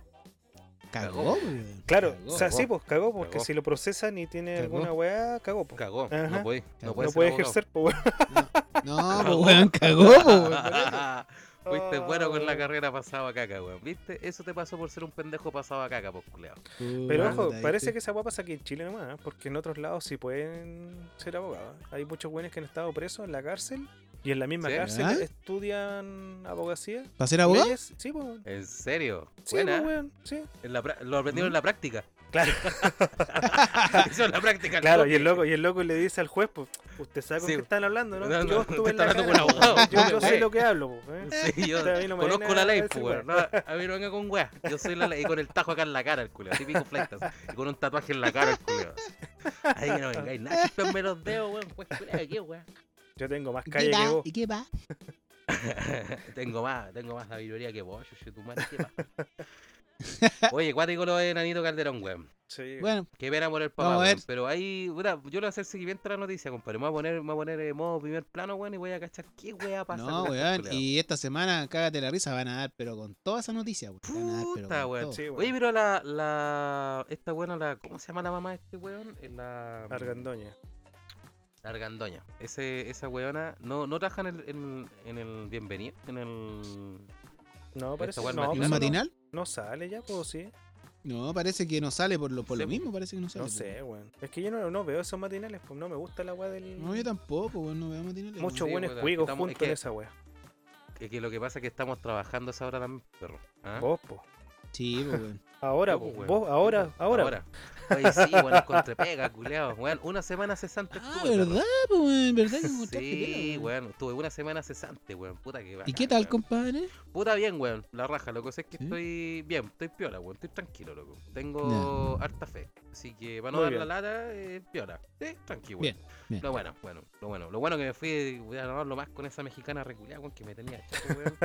Speaker 3: Cagó, weón.
Speaker 2: Claro,
Speaker 3: Cagó.
Speaker 2: o sea, sí, pues cagó, porque
Speaker 1: Cagó.
Speaker 2: si lo procesan y tiene
Speaker 3: Cagó.
Speaker 2: alguna weá, cagó, pues.
Speaker 1: Cagó,
Speaker 2: Ajá.
Speaker 1: no puede,
Speaker 3: Cagó.
Speaker 1: no
Speaker 2: No
Speaker 1: puede,
Speaker 2: puede ejercer, pues, weón.
Speaker 3: No, pues weón, cagó, pues, weón.
Speaker 1: Fuiste bueno con la
Speaker 2: Ah.
Speaker 1: carrera pasada a caca, weón. ¿Viste? Eso te pasó por ser un pendejo pasado a caca, pues, culeado.
Speaker 2: Pero
Speaker 3: Puta,
Speaker 2: ojo,
Speaker 3: ¿viste?
Speaker 2: parece que esa weá pasa aquí en Chile nomás, ¿eh? porque en otros lados sí pueden ser abogados. Hay muchos güeyes que han estado presos en la cárcel y en la misma
Speaker 1: ¿Sí?
Speaker 2: cárcel
Speaker 3: ¿Ah?
Speaker 2: estudian abogacía.
Speaker 3: ¿Para ser abogado?
Speaker 2: leyes. Sí, pues, weón.
Speaker 1: ¿En serio?
Speaker 2: Sí,
Speaker 1: Buena.
Speaker 2: pues, weón. Sí.
Speaker 1: En la pra- lo aprendieron en la práctica.
Speaker 2: Claro.
Speaker 1: Eso en la práctica. al
Speaker 2: Claro,
Speaker 1: toque.
Speaker 2: y el loco, y el loco le dice al juez, pues, usted sabe con
Speaker 1: Sí.
Speaker 2: qué están hablando, ¿no?
Speaker 1: No, no,
Speaker 2: yo
Speaker 1: no,
Speaker 2: estuve en
Speaker 1: está
Speaker 2: la
Speaker 1: hablando
Speaker 2: cárcel,
Speaker 1: con un abogado,
Speaker 2: Yo, yo sé
Speaker 1: güey.
Speaker 2: lo que hablo, pues. ¿eh?
Speaker 1: Sí, yo
Speaker 2: Puta, a mí no me
Speaker 1: conozco
Speaker 2: vayan a
Speaker 1: la ley,
Speaker 2: decir,
Speaker 1: pues, weón. No, a mí no venga con weá. Yo soy la ley. Y con el tajo acá en la cara, el culiao. Típico flaitas. Y con un tatuaje en la cara, el culiao. Ahí que no vengáis nada. Chúpenme los dedos, weón. Pues, culiao, ¿qué, weón?
Speaker 2: Yo tengo más
Speaker 3: ¿Y
Speaker 2: calle
Speaker 3: qué
Speaker 2: que
Speaker 3: va?
Speaker 2: vos.
Speaker 3: ¿Y qué va?
Speaker 1: tengo más, tengo más sabiduría que vos, yo soy tu madre. ¿qué pasa? Oye, cuático lo de Nanito Calderón, weón.
Speaker 2: Sí.
Speaker 3: Bueno,
Speaker 1: Qué pena por el papá,
Speaker 3: Vamos a
Speaker 1: weón,
Speaker 3: ver.
Speaker 1: Pero ahí, puta, yo le voy a hacer seguimiento a la noticia, compadre. Me voy a poner, me voy a poner en modo primer plano, weón, y voy a cachar qué weá pasa.
Speaker 3: no,
Speaker 1: con estos
Speaker 3: weón.
Speaker 1: culiados.
Speaker 3: Y esta semana, cágate la risa, van a dar, pero con toda esa noticia, weón. Van a dar, pero
Speaker 1: Puta,
Speaker 3: con
Speaker 1: weón.
Speaker 3: todo.
Speaker 2: Sí, weón.
Speaker 1: Oye, pero la, la, esta buena, la, ¿cómo se llama la mamá de este weón? Eh, La
Speaker 2: Argandoña.
Speaker 1: la Argandoña. Ese, esa weona, ¿no, no trabaja en el, en, en el bienvenido? En el...
Speaker 2: No, parece
Speaker 1: weá
Speaker 2: que
Speaker 1: es
Speaker 2: no,
Speaker 1: matinal.
Speaker 3: ¿No
Speaker 2: pues,
Speaker 3: es
Speaker 1: Claro.
Speaker 3: matinal?
Speaker 2: no sale ya, pues sí.
Speaker 3: No, parece que no sale por lo, por lo
Speaker 1: Sí.
Speaker 3: mismo, parece que no sale.
Speaker 2: No
Speaker 3: po.
Speaker 2: sé, weón. Es que yo no, no veo esos matinales, pues no me gusta la weá del.
Speaker 3: No, yo tampoco, weón, no veo matinales. weón.
Speaker 2: Muchos
Speaker 1: Sí,
Speaker 2: buenos
Speaker 1: weón,
Speaker 2: cuicos
Speaker 1: estamos- es
Speaker 2: juntos
Speaker 1: que-
Speaker 2: en esa weá.
Speaker 1: Es que lo que pasa es que estamos trabajando esa hora también, perro. ¿Ah?
Speaker 2: Vos, po.
Speaker 3: Sí, po, weón.
Speaker 2: Ahora,
Speaker 1: Sí,
Speaker 2: po,
Speaker 1: pues, weón.
Speaker 2: vos,
Speaker 1: Sí,
Speaker 2: ahora,
Speaker 1: pues,
Speaker 2: ahora.
Speaker 1: Oye, sí, weón, encontré pega, culeado. Weón, una semana cesante
Speaker 3: Ah,
Speaker 1: estuve, perro.
Speaker 3: ¿verdad, po, weón? ¿Verdad que encontraste
Speaker 1: Sí,
Speaker 3: pega, weón?
Speaker 1: weón, tuve una semana cesante, weón. Puta que
Speaker 3: ¿Y
Speaker 1: bacán,
Speaker 3: qué tal,
Speaker 1: weón. Ah.
Speaker 3: compadre?
Speaker 1: Puta bien, weón. La raja, loco. Sé que
Speaker 3: ¿Sí?
Speaker 1: estoy bien, estoy piola, weón. Estoy tranquilo, loco. Tengo harta fe. Así que para no
Speaker 2: Muy
Speaker 1: dar la lata, eh, piola. Sí, tranquilo,
Speaker 3: Bien,
Speaker 1: weón.
Speaker 3: bien.
Speaker 1: Lo bueno, bueno, lo bueno. Lo bueno que me fui, voy a hablarlo más con esa mexicana reculeada, weón, que me tenía hecho, weón.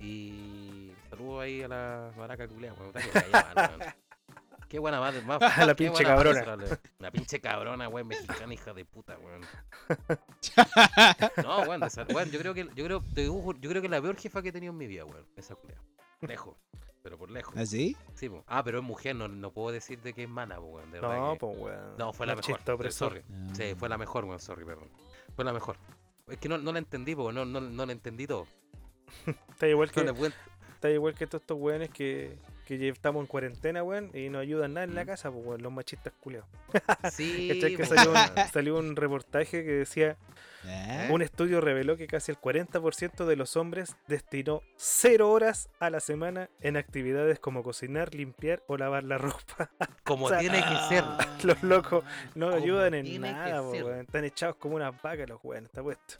Speaker 1: y saludo ahí a la maraca culeada, weón. Puta que me cayó mal, weón. Qué buena madre, más.
Speaker 2: A la
Speaker 1: qué
Speaker 2: pinche
Speaker 1: buena madre,
Speaker 2: cabrona.
Speaker 1: sale. La pinche cabrona, weón, mexicana, hija de puta, weón. No, weón, desa- weón, yo creo que yo creo, te juro, yo creo que la peor jefa que he tenido en mi vida, weón, esa culea. Lejos, pero por lejos.
Speaker 3: ¿Así?
Speaker 1: Sí, po. Ah, pero es mujer, no, no puedo decir de que es mana, po, weón, de verdad.
Speaker 2: No,
Speaker 1: que-
Speaker 2: pues weón.
Speaker 1: no, fue la
Speaker 2: Machista
Speaker 1: mejor.
Speaker 2: opresor.
Speaker 1: Sorry. Sí, fue la mejor, weón, sorry, perdón. Fue la mejor. Es que no, no la entendí, po, no, no, no la entendí todo.
Speaker 2: Está igual
Speaker 1: No
Speaker 2: que
Speaker 1: le pude-
Speaker 2: Está igual que todos estos weones que, que ya estamos en cuarentena, weón, y no ayudan nada en la
Speaker 1: Mm.
Speaker 2: casa, pues, weón, los machistas culeados.
Speaker 1: Sí, pues.
Speaker 2: ¿Cachai? que
Speaker 1: po,
Speaker 2: salió un,
Speaker 1: weón.
Speaker 2: salió un reportaje que decía,
Speaker 3: ¿Eh?
Speaker 2: un estudio reveló que casi el 40% de los hombres destinó cero horas a la semana en actividades como cocinar, limpiar o lavar la ropa.
Speaker 1: como
Speaker 2: o sea,
Speaker 1: tiene que ser.
Speaker 3: Ah.
Speaker 2: Los locos no
Speaker 1: Como
Speaker 2: ayudan en
Speaker 1: tiene que
Speaker 2: nada, po,
Speaker 1: ser.
Speaker 2: weón. Están echados como unas vacas los weones, está puesto.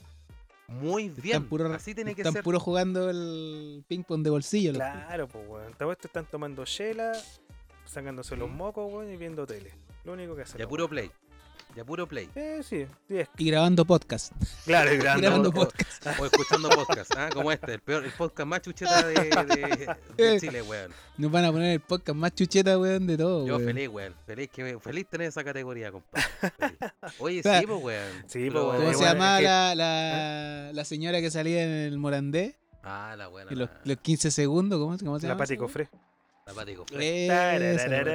Speaker 1: Muy bien.
Speaker 3: puro-
Speaker 1: Así tiene que
Speaker 3: Están
Speaker 1: ser.
Speaker 3: puro jugando el ping-pong de bolsillo. los culiados.
Speaker 2: Claro, pues, weón. Está puesto, están tomando chela, sacándose los
Speaker 1: Mm.
Speaker 2: mocos, weón, y viendo tele. Lo único que hacen.
Speaker 1: Ya
Speaker 2: los
Speaker 1: puro play. Ya puro play.
Speaker 2: Eh, sí, sí, es-
Speaker 3: Y grabando podcast.
Speaker 2: Claro, y
Speaker 1: Ando-
Speaker 3: grabando
Speaker 1: o-
Speaker 3: podcast.
Speaker 1: O escuchando podcast, ¿ah? como este, el, peor, el podcast más chucheta de, de- de Chile, weón.
Speaker 3: Nos van a poner el podcast más chucheta, weón, de todo.
Speaker 1: Yo
Speaker 3: Oh, weón.
Speaker 1: feliz, weón. Feliz, que me- feliz tener esa categoría, compadre. Feliz. Oye,
Speaker 3: Espera.
Speaker 1: sí, pues, weón.
Speaker 2: Sí,
Speaker 1: Pero-
Speaker 2: po, weón.
Speaker 3: ¿Cómo se
Speaker 2: bueno,
Speaker 3: llamaba
Speaker 2: es que-
Speaker 3: la, la, la señora que salía en el Morandé?
Speaker 1: Ah, la buena.
Speaker 3: Y los,
Speaker 1: la-
Speaker 3: los 15 segundos, ¿cómo, cómo se
Speaker 2: La
Speaker 3: llama?
Speaker 2: Pati
Speaker 3: esa weón?
Speaker 2: Cofré.
Speaker 1: la Pati Cofré.
Speaker 3: eh. Esa, weón.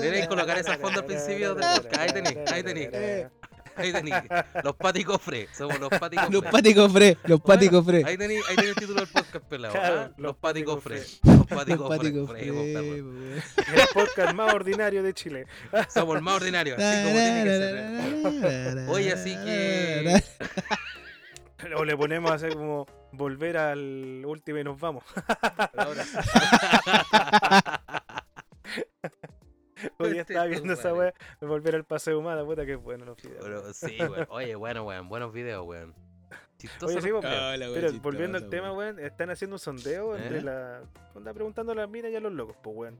Speaker 1: Deberéis colocar esa fondo al principio del podcast. Ahí tenéis, ahí tenéis. Ahí tenéis. Los Pati Cofré. Somos los Pati Cofré.
Speaker 3: Los páticos fre, los páticos fre.
Speaker 1: Ahí tenéis ahí tenéis el título del podcast, pelado.
Speaker 2: Claro,
Speaker 1: ¿ah?
Speaker 2: los
Speaker 1: Los
Speaker 2: Pati
Speaker 1: Pati
Speaker 2: Cofré.
Speaker 1: Cofré. Los Pati
Speaker 3: Los
Speaker 1: Cofré.
Speaker 3: páticos
Speaker 1: Fre,
Speaker 3: fre,
Speaker 1: compadre.
Speaker 3: weón.
Speaker 2: El podcast más ordinario de Chile.
Speaker 1: Somos el más ordinario. Así como tiene que ser. ¿eh? Oye, así que.
Speaker 2: O le ponemos a hacer como volver al último y nos vamos.
Speaker 1: Ahora sí.
Speaker 2: Hoy día
Speaker 1: Este
Speaker 2: estaba
Speaker 1: es tu
Speaker 2: viendo esa
Speaker 1: madre.
Speaker 2: wea de volver al paseo humano, puta que bueno los videos.
Speaker 1: Pero sí, weón. Oye, bueno, weón. Buenos videos, weón. Chistoso.
Speaker 2: Oye, sí, po,
Speaker 1: weón.
Speaker 3: Hola, weón,
Speaker 2: Pero
Speaker 3: chistoso,
Speaker 2: volviendo al
Speaker 3: weón.
Speaker 2: tema, weón, están haciendo un sondeo entre
Speaker 1: ¿Eh?
Speaker 2: la. Onda preguntando a las minas y a los locos, pues weón.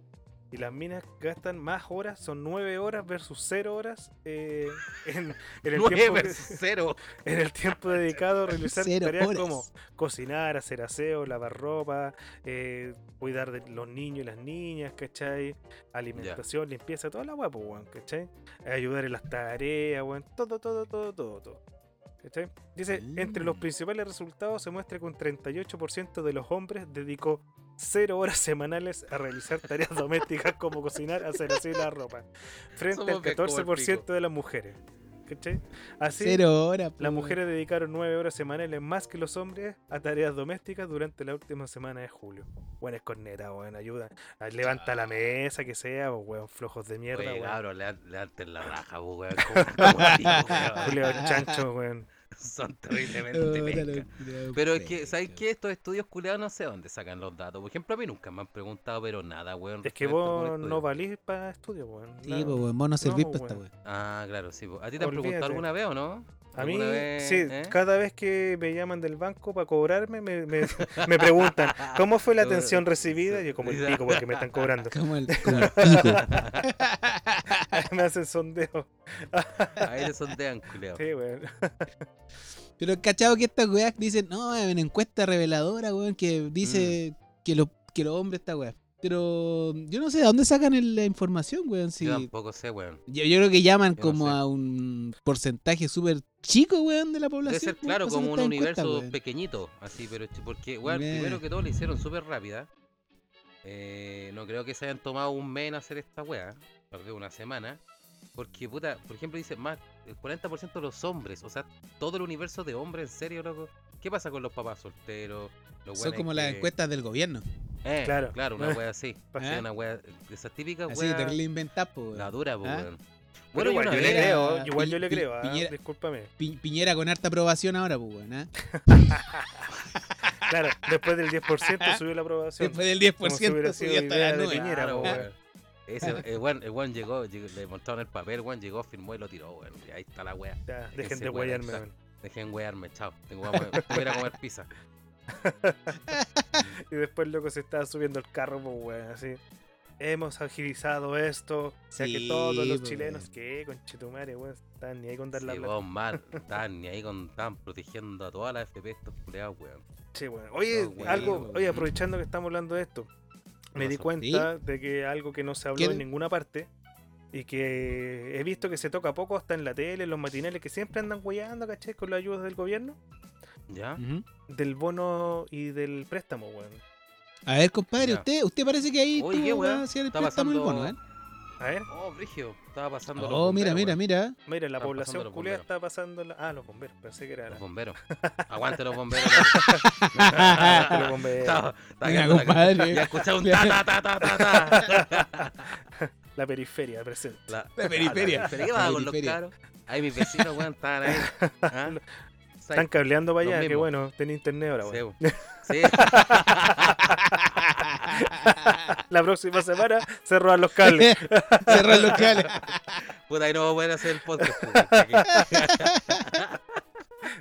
Speaker 2: Y las minas gastan más horas, son 9 horas versus 0 horas eh, en, en el
Speaker 1: Nueve
Speaker 2: tiempo,
Speaker 1: versus cero.
Speaker 2: en el tiempo dedicado a realizar
Speaker 3: Cero
Speaker 2: tareas
Speaker 3: horas.
Speaker 2: como cocinar, hacer aseo, lavar ropa, eh, cuidar de los niños y las niñas, ¿cachai? Alimentación, limpieza, toda la guapo, weón, ¿cachai? Ayudar en las tareas, weón, todo, todo, todo, todo, todo. ¿Cachai? Dice, entre los
Speaker 3: Mm.
Speaker 2: principales resultados se muestra que un 38% de los hombres dedicó cero horas semanales a realizar tareas domésticas como cocinar, hacer así la ropa, frente
Speaker 1: Somos
Speaker 2: al
Speaker 1: bien como el
Speaker 2: 14% de las mujeres. ¿Cachai? Así,
Speaker 3: Cero horas.
Speaker 2: las
Speaker 3: po,
Speaker 2: mujeres dedicaron nueve horas semanales más que los hombres a tareas domésticas durante la última semana de julio. Bueno, es corneta, weón, ayuda. Ah, Levanta la mesa, que sea, po, weón, flojos de mierda,
Speaker 1: Oye,
Speaker 2: weón.
Speaker 1: cabrón, le levanten la raja, po, weón. como- como digo, weón.
Speaker 2: Julio chancho, weón.
Speaker 1: Son
Speaker 3: weón.
Speaker 1: terriblemente
Speaker 3: Puta,
Speaker 1: penca.
Speaker 3: los culiados
Speaker 1: Pero es que,
Speaker 3: pencas.
Speaker 1: ¿sabes qué? Estos estudios culiados no sé dónde sacan los datos. Por ejemplo, a mí nunca me han preguntado, pero nada, weón.
Speaker 2: Es que
Speaker 1: respecto a algún
Speaker 2: vos
Speaker 1: estudio.
Speaker 2: no valís para estudio, weón.
Speaker 3: Sí,
Speaker 2: Nada.
Speaker 3: pues, weón, vos no servís para esta
Speaker 2: weón.
Speaker 3: weón.
Speaker 1: Ah, claro, sí. po. ¿A ti te han
Speaker 2: Olvídate.
Speaker 1: preguntado alguna vez o no?
Speaker 2: A mí,
Speaker 1: ¿Alguna vez,
Speaker 2: sí,
Speaker 1: eh?
Speaker 2: cada vez que me llaman del banco para cobrarme, me, me- me preguntan, ¿cómo fue la
Speaker 1: Seguro.
Speaker 2: atención recibida? Y Yo como el pico porque me están cobrando.
Speaker 3: Como el, como el pico.
Speaker 2: me hacen sondeo.
Speaker 1: Ahí te sondean, culiao.
Speaker 2: Sí, weón.
Speaker 3: Pero cachado que estas weas dicen, no, es una encuesta reveladora, weón, que dice
Speaker 1: Mm.
Speaker 3: que los que los hombres esta wea. Pero yo no sé de dónde sacan el- la información, weón. Si,
Speaker 1: Yo
Speaker 3: yo,
Speaker 1: tampoco sé, weón.
Speaker 3: yo creo que
Speaker 1: Yo
Speaker 3: llaman
Speaker 1: no
Speaker 3: como
Speaker 1: sé.
Speaker 3: a un porcentaje súper chico, weón, de la población.
Speaker 1: Debe ser,
Speaker 3: weón,
Speaker 1: claro,
Speaker 3: para hacer
Speaker 1: como un
Speaker 3: esta encuesta,
Speaker 1: universo
Speaker 3: weón.
Speaker 1: pequeñito, así, pero ch- porque, weón,
Speaker 3: Meh.
Speaker 1: primero que todo le hicieron súper rápida. Eh, no creo que se hayan tomado un mes en hacer esta weá, tal vez una semana. Porque, puta, por ejemplo, dice más, el 40% de los hombres, o sea, todo el universo de hombres, en serio, loco. ¿Qué pasa con los papás solteros? Los
Speaker 3: Son
Speaker 1: weones
Speaker 3: como las
Speaker 1: que-
Speaker 3: encuestas del gobierno. ¿ah?
Speaker 1: Eh,
Speaker 2: Claro.
Speaker 1: claro. una wea así.
Speaker 3: Ajá.
Speaker 1: Sí, Una wea, de esas típicas
Speaker 3: Así
Speaker 1: weas,
Speaker 3: te reinventás, po, weón.
Speaker 1: la dura, po,
Speaker 3: ¿Ah?
Speaker 1: weón.
Speaker 2: Pero
Speaker 1: Bueno,
Speaker 2: igual
Speaker 1: yo
Speaker 2: yo
Speaker 1: una
Speaker 2: le
Speaker 1: vez-
Speaker 2: creo,
Speaker 3: era-
Speaker 2: igual yo le
Speaker 3: Pi-
Speaker 2: creo, ah,
Speaker 3: Piñera-
Speaker 2: discúlpame.
Speaker 3: Pi- Piñera con harta aprobación ahora, pues, weón. ¿ah?
Speaker 2: Claro, después del 10% subió la aprobación.
Speaker 3: Después del
Speaker 2: Como si
Speaker 3: 10%
Speaker 2: hubiera sido
Speaker 3: subió hasta
Speaker 2: idea
Speaker 3: la
Speaker 2: de
Speaker 3: nube.
Speaker 2: Piñera.
Speaker 1: Claro,
Speaker 2: po,
Speaker 1: weón.
Speaker 2: weón.
Speaker 1: pues, Ese, el weón el weón llegó, llegó- le mostraron el papel, el weón llegó, firmó y lo tiró, weón. Y Ahí está la wea.
Speaker 2: Ya,
Speaker 1: que
Speaker 2: dejen
Speaker 1: se
Speaker 2: de
Speaker 1: puede
Speaker 2: guayarme,
Speaker 1: pensar.
Speaker 2: weón.
Speaker 1: Dejen wearme, chao. Tengo hambre, voy a ir a comer pizza.
Speaker 2: Y después el loco se estaba subiendo el carro, po, weón, así. Hemos agilizado esto. O sea que
Speaker 3: Sí,
Speaker 2: todos los
Speaker 3: po,
Speaker 2: chilenos
Speaker 3: weón.
Speaker 2: que con Chetumare, weón, están ni ahí con dar la
Speaker 1: Sí,
Speaker 2: plata.
Speaker 1: vos mal, están ni ahí con están protegiendo a todas las FP estos culeados, weón.
Speaker 2: Sí, weón. Oye,
Speaker 1: No, weón.
Speaker 2: algo, oye,
Speaker 3: Weón.
Speaker 2: aprovechando que estamos hablando de esto, me di
Speaker 1: pasó?
Speaker 2: cuenta de que algo que no se habló en
Speaker 3: ¿Quién?
Speaker 2: ninguna parte y que he visto que se toca poco hasta en la tele, en los matinales, que siempre andan hueando, ¿cachai? Con las ayudas del gobierno,
Speaker 1: ¿Ya?
Speaker 3: Ujú.
Speaker 2: del bono y del préstamo, weón.
Speaker 3: A ver, compadre,
Speaker 1: Ya.
Speaker 3: usted, usted parece que ahí
Speaker 1: Oye,
Speaker 3: tuvo,
Speaker 1: weón,
Speaker 3: weón, hacía el
Speaker 1: está
Speaker 3: préstamo del
Speaker 1: pasando-
Speaker 3: bono, ¿eh?
Speaker 2: A ver,
Speaker 1: Oh, Brigio, estaba pasando los
Speaker 3: Oh, mira,
Speaker 1: bomberos,
Speaker 3: mira,
Speaker 1: weón.
Speaker 3: mira.
Speaker 2: mira, la
Speaker 1: Están pasando
Speaker 2: población
Speaker 1: los
Speaker 2: culia
Speaker 1: bomberos.
Speaker 2: está pasando. la- Ah, los bomberos, pensé que era.
Speaker 1: Los
Speaker 2: la-
Speaker 1: bomberos. Aguante los bomberos.
Speaker 2: Ah, los
Speaker 1: Estaba-
Speaker 2: bomberos.
Speaker 1: estaba
Speaker 3: Mira,
Speaker 1: quedando la-
Speaker 3: compadre.
Speaker 1: Ya escuchaba un ta ta ta ta ta ta.
Speaker 2: La periferia presente.
Speaker 1: La,
Speaker 3: La periferia.
Speaker 1: ¿Pero qué
Speaker 3: La
Speaker 1: va con los
Speaker 3: periferia.
Speaker 1: caros? Ahí mis vecinos, weón, estaban ahí. ¿Ah?
Speaker 2: Están cableando para
Speaker 1: Los
Speaker 2: allá, que
Speaker 1: mismos.
Speaker 2: bueno, tiene internet ahora, weón.
Speaker 1: Sí, pues. sí.
Speaker 2: La próxima semana se roban los cables.
Speaker 3: Cerrar los cables.
Speaker 1: Puta, ahí no vamos a poder hacer el pues, podcast. puta.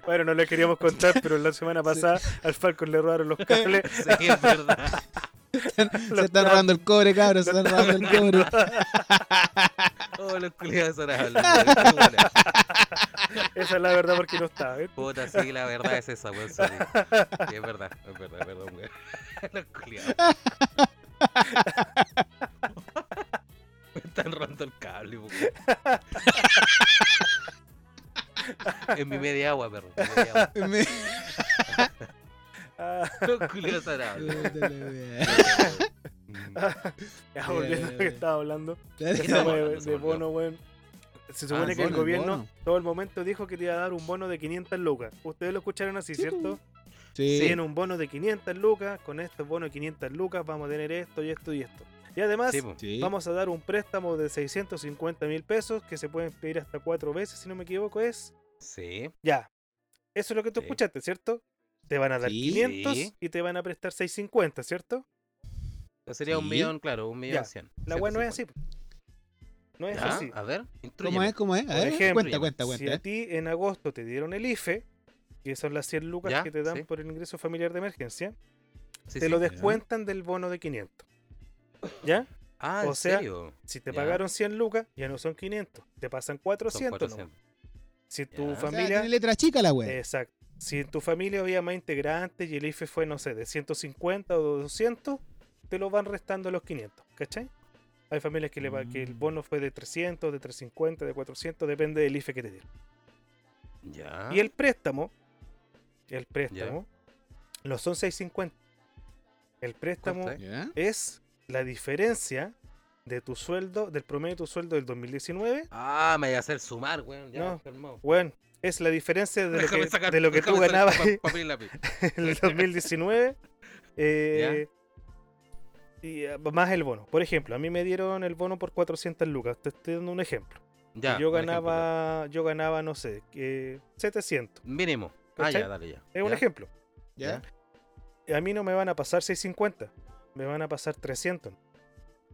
Speaker 2: Bueno, no les queríamos contar, pero la semana pasada al Falcon le robaron los cables.
Speaker 1: Sí, es verdad.
Speaker 3: Se están robando el cobre, cabros. Se están robando el cobre.
Speaker 1: Oh, los culiados son hablables, qué buena.
Speaker 2: Esa es la verdad porque no estaba. ¿eh?
Speaker 1: Puta, sí, la verdad es esa, weón. sorry. Sí, es verdad, es verdad, perdón, weón. Los culiados. Me están robando el cable, weón. En mi media agua, perro. en mi media agua.
Speaker 3: Me-
Speaker 2: Ah,
Speaker 1: Los culiados son hablables.
Speaker 3: Puta la wea.
Speaker 1: Mm.
Speaker 2: ya volviendo a lo que estaba hablando.
Speaker 1: ¿Qué
Speaker 2: Esa
Speaker 1: estamos
Speaker 2: wea
Speaker 1: hablando?
Speaker 2: de,
Speaker 1: Se
Speaker 2: de
Speaker 1: volvió.
Speaker 2: bono, weón. Se
Speaker 1: Ah,
Speaker 2: supone
Speaker 1: el
Speaker 2: que el
Speaker 1: bono, el
Speaker 2: gobierno
Speaker 3: bono.
Speaker 2: todo el momento dijo que te iba a dar un bono de 500 lucas. Ustedes lo escucharon así,
Speaker 3: Sí,
Speaker 2: ¿cierto?
Speaker 3: Sí.
Speaker 2: Tienen un bono de 500 lucas. Con estos bonos de 500 lucas vamos a tener esto y esto y esto. Y además
Speaker 1: Sí, pues. po.
Speaker 3: Sí.
Speaker 2: vamos a dar un préstamo de 650 mil pesos que se pueden pedir hasta cuatro veces, si no me equivoco, es
Speaker 1: Sí.
Speaker 2: Ya. Eso es lo que tú
Speaker 1: Sí.
Speaker 2: escuchaste, ¿cierto? Te van a dar
Speaker 3: Sí.
Speaker 2: 500
Speaker 1: Sí.
Speaker 2: y te van a prestar 650, ¿cierto?
Speaker 1: Eso sería un
Speaker 3: Sí.
Speaker 1: millón, claro, un millón
Speaker 2: Ya,
Speaker 1: cien.
Speaker 2: La web no es así. No es
Speaker 1: Ya, Ah, eh,
Speaker 2: así.
Speaker 1: A ver,
Speaker 3: ¿Cómo
Speaker 1: intrúyeme.
Speaker 3: es? ¿Cómo es? A
Speaker 2: Por
Speaker 3: ver,
Speaker 2: ejemplo,
Speaker 3: cuenta, cuenta,
Speaker 2: Si
Speaker 3: cuenta.
Speaker 2: a
Speaker 3: eh.
Speaker 2: ti en agosto te dieron el IFE, que son las 100 lucas
Speaker 1: Ya,
Speaker 2: que te dan
Speaker 1: sí.
Speaker 2: por el ingreso familiar de emergencia,
Speaker 1: Sí,
Speaker 2: te
Speaker 1: sí.
Speaker 2: lo descuentan del bono de 500. ¿Ya?
Speaker 1: Ah,
Speaker 2: o
Speaker 1: ¿en
Speaker 2: sea,
Speaker 1: serio?
Speaker 2: Si te
Speaker 1: Ya.
Speaker 2: pagaron 100 lucas, ya no son 500, te pasan 400. nomás.
Speaker 1: 400.
Speaker 2: Si
Speaker 1: Ya.
Speaker 2: tu
Speaker 1: O sea,
Speaker 3: O sea,
Speaker 2: familia eh,
Speaker 3: tiene letra chica la wea.
Speaker 2: Exacto. Si en tu familia había más integrantes y el IFE fue, no sé, de 150 o 200, te lo van restando los 500, ¿cachai? Hay familias que, le va- que el
Speaker 3: Mm.
Speaker 2: bono fue de 300, de 350, de 400, depende del IFE que te dieron.
Speaker 1: Ya.
Speaker 2: Y el préstamo, el préstamo, los son 650. El préstamo
Speaker 1: Corta, ¿eh?
Speaker 3: ¿Ya?
Speaker 2: es la diferencia de tu sueldo, del promedio de tu sueldo del 2019.
Speaker 1: Ah, me voy a hacer sumar, weón. Ya,
Speaker 2: No.
Speaker 1: calmado.
Speaker 2: Bueno, es la diferencia de lo
Speaker 1: Déjame
Speaker 2: que,
Speaker 1: sacar-
Speaker 2: de lo que tú
Speaker 1: déjame sacar
Speaker 2: ganabas
Speaker 1: pa- papel y lápiz.
Speaker 2: en el 2019. eh, y, ah, más el bono. Por ejemplo, a mí me dieron el bono por 400 lucas. Te estoy dando un ejemplo.
Speaker 1: Ya,
Speaker 2: yo
Speaker 1: un ejemplo,
Speaker 2: ganaba, yo ganaba, no sé, eh, 700.
Speaker 1: pues. Mínimo. Ah,
Speaker 2: ¿Cachai?
Speaker 1: ya, dale ya.
Speaker 2: Es un
Speaker 1: Ya,
Speaker 2: ejemplo.
Speaker 3: ¿Ya?
Speaker 2: a mí no me van a pasar 650, me van a pasar 300.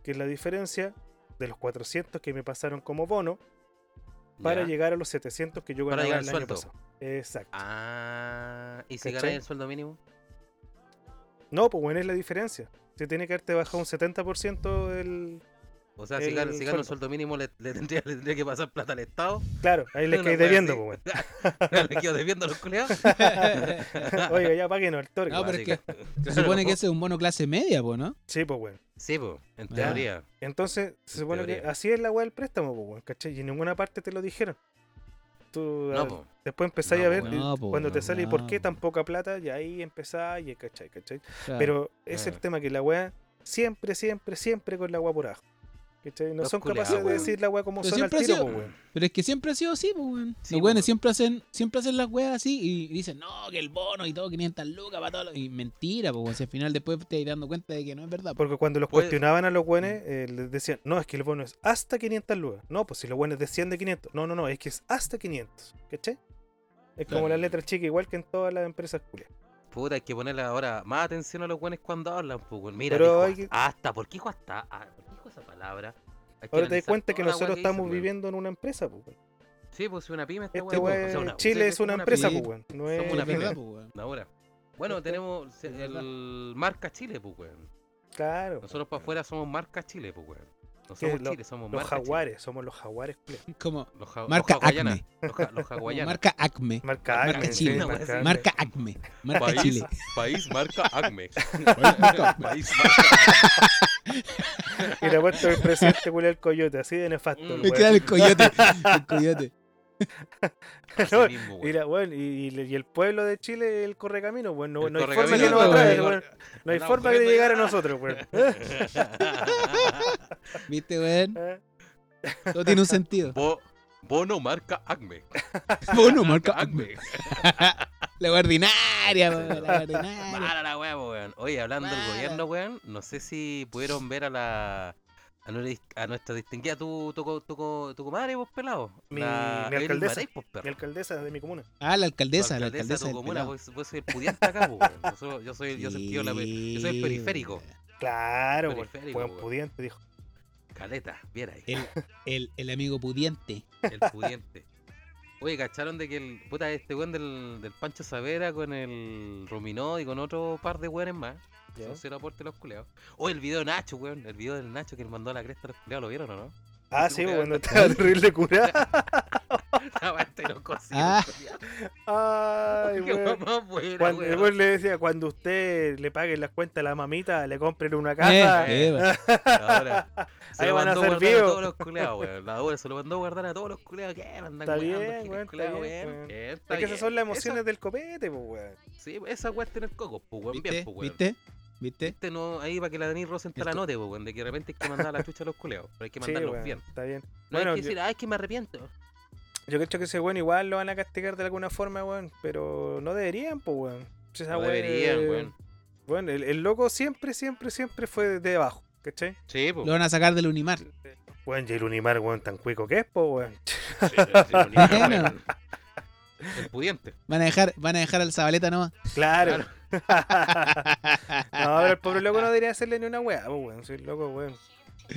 Speaker 2: Que es la diferencia de los 400 que me pasaron como bono para
Speaker 1: ya.
Speaker 2: llegar a los 700 que yo
Speaker 1: Para
Speaker 2: ganaba
Speaker 1: llegar
Speaker 2: el
Speaker 1: al
Speaker 2: año
Speaker 1: sueldo.
Speaker 2: pasado. Exacto.
Speaker 1: Ah, ¿y si
Speaker 2: ¿Cachai?
Speaker 1: ganáis el sueldo mínimo?
Speaker 2: No, pues bueno, es la diferencia. Te tiene que haberte bajado un 70% el...
Speaker 1: O sea, si
Speaker 2: El
Speaker 1: gano, si gano el
Speaker 2: sueldo.
Speaker 1: sueldo mínimo, le, le tendría, le tendría que pasar plata al Estado.
Speaker 2: Claro, ahí les
Speaker 1: Una
Speaker 2: quedé
Speaker 1: wea
Speaker 2: debiendo,
Speaker 1: así.
Speaker 2: pues bueno.
Speaker 1: le quedo debiendo a los culiados.
Speaker 2: Oiga, ya páguenos el torque.
Speaker 3: No, pero es que se
Speaker 1: Claro.
Speaker 3: supone que ese es un bono clase media, po, ¿no?
Speaker 2: Sí, pues bueno.
Speaker 1: Sí, pues, en
Speaker 3: Ya.
Speaker 1: teoría.
Speaker 2: Entonces, se supone que
Speaker 1: teoría.
Speaker 2: así es la weá del préstamo, pues bueno, ¿cachai? Y en ninguna parte te lo dijeron. Tú,
Speaker 1: No,
Speaker 2: al-
Speaker 1: po.
Speaker 2: Después empezáis
Speaker 1: No,
Speaker 2: a
Speaker 1: po,
Speaker 2: ver
Speaker 1: weón.
Speaker 2: y
Speaker 3: No, po,
Speaker 2: cuando te
Speaker 3: weón,
Speaker 2: sale y por qué
Speaker 3: no.
Speaker 2: tan poca plata, y ahí empezás y cachai, cachai.
Speaker 3: Claro.
Speaker 2: Pero es el
Speaker 1: claro.
Speaker 2: tema que la weá siempre, siempre, siempre con la weá por abajo. ¿Cachai? No
Speaker 1: Los
Speaker 2: son
Speaker 1: culiaos,
Speaker 2: capaces de
Speaker 1: weón.
Speaker 2: decir la weá como
Speaker 3: Pero
Speaker 2: son al
Speaker 3: siempre ha
Speaker 2: tiro,
Speaker 3: sido-
Speaker 2: po, weón.
Speaker 3: Pero es que siempre ha sido así, pues, weón.
Speaker 1: Sí,
Speaker 3: los
Speaker 1: po,
Speaker 3: weones
Speaker 1: weón.
Speaker 3: siempre hacen, siempre hacen las weas así y dicen, no, que el bono y todo, 500 lucas para todo. lo-". Y mentira, pues, weón. Si al final después te vas dando cuenta de que no es verdad, po.
Speaker 2: Porque cuando los
Speaker 1: Puede- Mm.
Speaker 2: cuestionaban a los weones, eh, les decían, no, es que el bono es hasta 500 lucas. No, pues si los weones decían de 500. No, no, no, es que es hasta 500. ¿Cachai? Es como
Speaker 1: Claro.
Speaker 2: las letras chicas, igual que en todas las empresas culias.
Speaker 1: Puta, hay que ponerle ahora más atención a los buenos cuando hablan, pues, weón. Mira,
Speaker 2: Pero
Speaker 1: dijo
Speaker 2: hay que-
Speaker 1: hasta, ¿por qué dijo hasta? Ah, ¿Por qué dijo esa palabra? Hay que
Speaker 2: Ahora te das
Speaker 1: analizar
Speaker 2: cuenta que
Speaker 1: toda la weá
Speaker 2: nosotros
Speaker 1: dice,
Speaker 2: estamos
Speaker 1: weón.
Speaker 2: viviendo en una empresa, pues. weón.
Speaker 1: Sí, pues, si una pyme está
Speaker 2: Este weón, Chile es una empresa, pues, weón. No
Speaker 1: somos
Speaker 2: es...
Speaker 3: Sí,
Speaker 1: una
Speaker 3: es
Speaker 1: pyme.
Speaker 3: verdad, po, weón.
Speaker 1: Ahora. Bueno,
Speaker 2: ¿Cachai?
Speaker 1: tenemos se-
Speaker 2: Es verdad.
Speaker 1: el marca Chile, pues, weón.
Speaker 2: Claro.
Speaker 1: Nosotros para afuera somos marca Chile, pues, weón. No
Speaker 2: Que
Speaker 1: somos
Speaker 2: lo-
Speaker 1: Chile, somos
Speaker 2: Los
Speaker 1: marca Chile.
Speaker 2: jaguares, somos los jaguares, culiao.
Speaker 3: Como
Speaker 1: Los, ja- los
Speaker 3: Marca
Speaker 1: hawaianas,
Speaker 3: Acme.
Speaker 1: Los, ja- los hawaianas.
Speaker 3: marca Acme.
Speaker 2: Marca
Speaker 3: Marca
Speaker 2: Acme,
Speaker 3: Chile.
Speaker 2: sí,
Speaker 1: Una wea
Speaker 2: marca
Speaker 1: así.
Speaker 2: Acme.
Speaker 3: Marca Acme. Marca
Speaker 1: País,
Speaker 3: Chile.
Speaker 1: país marca Acme. país
Speaker 2: Y le puesto el presidente culiao el coyote, así de nefasto. el
Speaker 1: Mm.
Speaker 3: Me
Speaker 2: weón.
Speaker 3: queda el coyote. El coyote.
Speaker 1: marca
Speaker 2: No,
Speaker 1: Así mismo,
Speaker 2: Y,
Speaker 1: weón.
Speaker 2: la- weón, y, y- y el pueblo de Chile, el correcamino, weón. No,
Speaker 1: El
Speaker 2: no hay forma
Speaker 1: correcamino,
Speaker 2: que nos
Speaker 3: weón.
Speaker 2: atrae, weón. No hay
Speaker 1: Andamos
Speaker 2: forma de
Speaker 1: corriendo
Speaker 2: llegar a
Speaker 1: ya.
Speaker 2: nosotros, weón.
Speaker 3: ¿Viste, weón?
Speaker 2: ¿Eh?
Speaker 3: Todo tiene un sentido.
Speaker 1: Bo- bono marca Acme.
Speaker 3: Bono, marca Acme. La guardinaria, weón. La guardinaria.
Speaker 1: Mala la huevo, weón. Oye, hablando del
Speaker 3: Mala.
Speaker 1: gobierno, weón, no sé si pudieron ver a la. A, nue- a nuestra distinguida tu, tu, co- tu, co- tu comadre, vos pelado.
Speaker 2: Mi-
Speaker 1: La
Speaker 2: mi
Speaker 1: Evelyn
Speaker 2: alcaldesa.
Speaker 1: Matei, vos, perro.
Speaker 2: Mi alcaldesa de mi comuna.
Speaker 3: Ah, la
Speaker 1: Tu
Speaker 3: alcaldesa,
Speaker 1: alcaldesa de
Speaker 3: la alcaldesa.
Speaker 1: tu
Speaker 3: del
Speaker 1: comuna,
Speaker 3: Pelao.
Speaker 1: vos, vos soy el pudiente acá, po, weón. Yo soy, yo soy, yo soy el tío de la pe- yo soy el
Speaker 3: Sí,
Speaker 1: periférico.
Speaker 3: weón.
Speaker 2: Claro, weón.
Speaker 1: Periférico,
Speaker 2: Weón
Speaker 1: weón.
Speaker 2: pudiente, dijo.
Speaker 1: pues, Caleta, viera ahí.
Speaker 3: El, el, el amigo pudiente.
Speaker 1: El pudiente. Oye, ¿cacharon de que el puta este weón del, del Pancho Savera con el Ruminó y con otro par de weones más?
Speaker 2: Ya.
Speaker 1: Son cero aporte los culeados. Oye, el video de Nacho, weón. El video del Nacho que le mandó a la cresta a los culeados, ¿lo vieron o no?
Speaker 2: Ah,
Speaker 1: tú,
Speaker 2: sí,
Speaker 1: weón.
Speaker 2: weón. no Estaba terrible curada.
Speaker 1: Aguante los
Speaker 3: Ah.
Speaker 1: cocidos. culiao.
Speaker 2: Ay,
Speaker 1: Qué
Speaker 2: weón.
Speaker 1: mamá buena,
Speaker 2: Cuando el
Speaker 1: weón.
Speaker 2: weón le decía, cuando usted le pague las cuentas a la mamita, le compren una casa.
Speaker 3: Eh, eh, weón.
Speaker 1: Ahora, se
Speaker 2: Ahí
Speaker 1: lo
Speaker 2: van a
Speaker 1: mandó a
Speaker 2: ser
Speaker 1: guardar a
Speaker 2: vivos.
Speaker 1: todos los culeados, weón. La dura se lo mandó a guardar a todos los culeados. ¿Qué? Andan
Speaker 2: Está bien,
Speaker 1: weando, giles
Speaker 2: weón, está
Speaker 1: culeados,
Speaker 2: bien,
Speaker 1: weón.
Speaker 2: weón.
Speaker 1: Bien, está
Speaker 2: Es que esas son las
Speaker 1: bien.
Speaker 2: emociones del copete, pues, weón.
Speaker 1: Esa- sí, esa weón tiene el coco, pues, weón. Bien,
Speaker 3: ¿Viste?
Speaker 1: pues, weón.
Speaker 3: ¿Viste? ¿Viste?
Speaker 1: Este no, ahí para que la Denis Rosenthal
Speaker 3: El co-
Speaker 1: anote, po, weón, de que de repente hay que mandar a la chucha a los culeados, pero hay que
Speaker 2: Sí,
Speaker 1: mandarlos
Speaker 2: weón,
Speaker 1: bien.
Speaker 2: Está bien.
Speaker 1: No
Speaker 2: Bueno,
Speaker 1: hay que
Speaker 2: yo-
Speaker 1: decir, ah, es que me arrepiento.
Speaker 2: Yo creo que ese weón igual lo van a castigar de alguna forma, weón. Pero no deberían, pues, weón. Si esa
Speaker 1: No
Speaker 2: weá es-
Speaker 1: deberían, weón.
Speaker 2: Bueno, el, el loco siempre, siempre, siempre fue de abajo, ¿cachai?
Speaker 1: Sí, pues.
Speaker 3: Lo van a sacar del Unimar.
Speaker 2: Weón, y el Unimar, weón, tan cuico que es, po, weón.
Speaker 3: Bueno.
Speaker 1: El pudiente.
Speaker 3: Van a dejar, van a dejar al Zabaleta nomás.
Speaker 2: Claro. no, pero el pobre loco no debería hacerle ni una weá, po, weón. Soy loco, weón.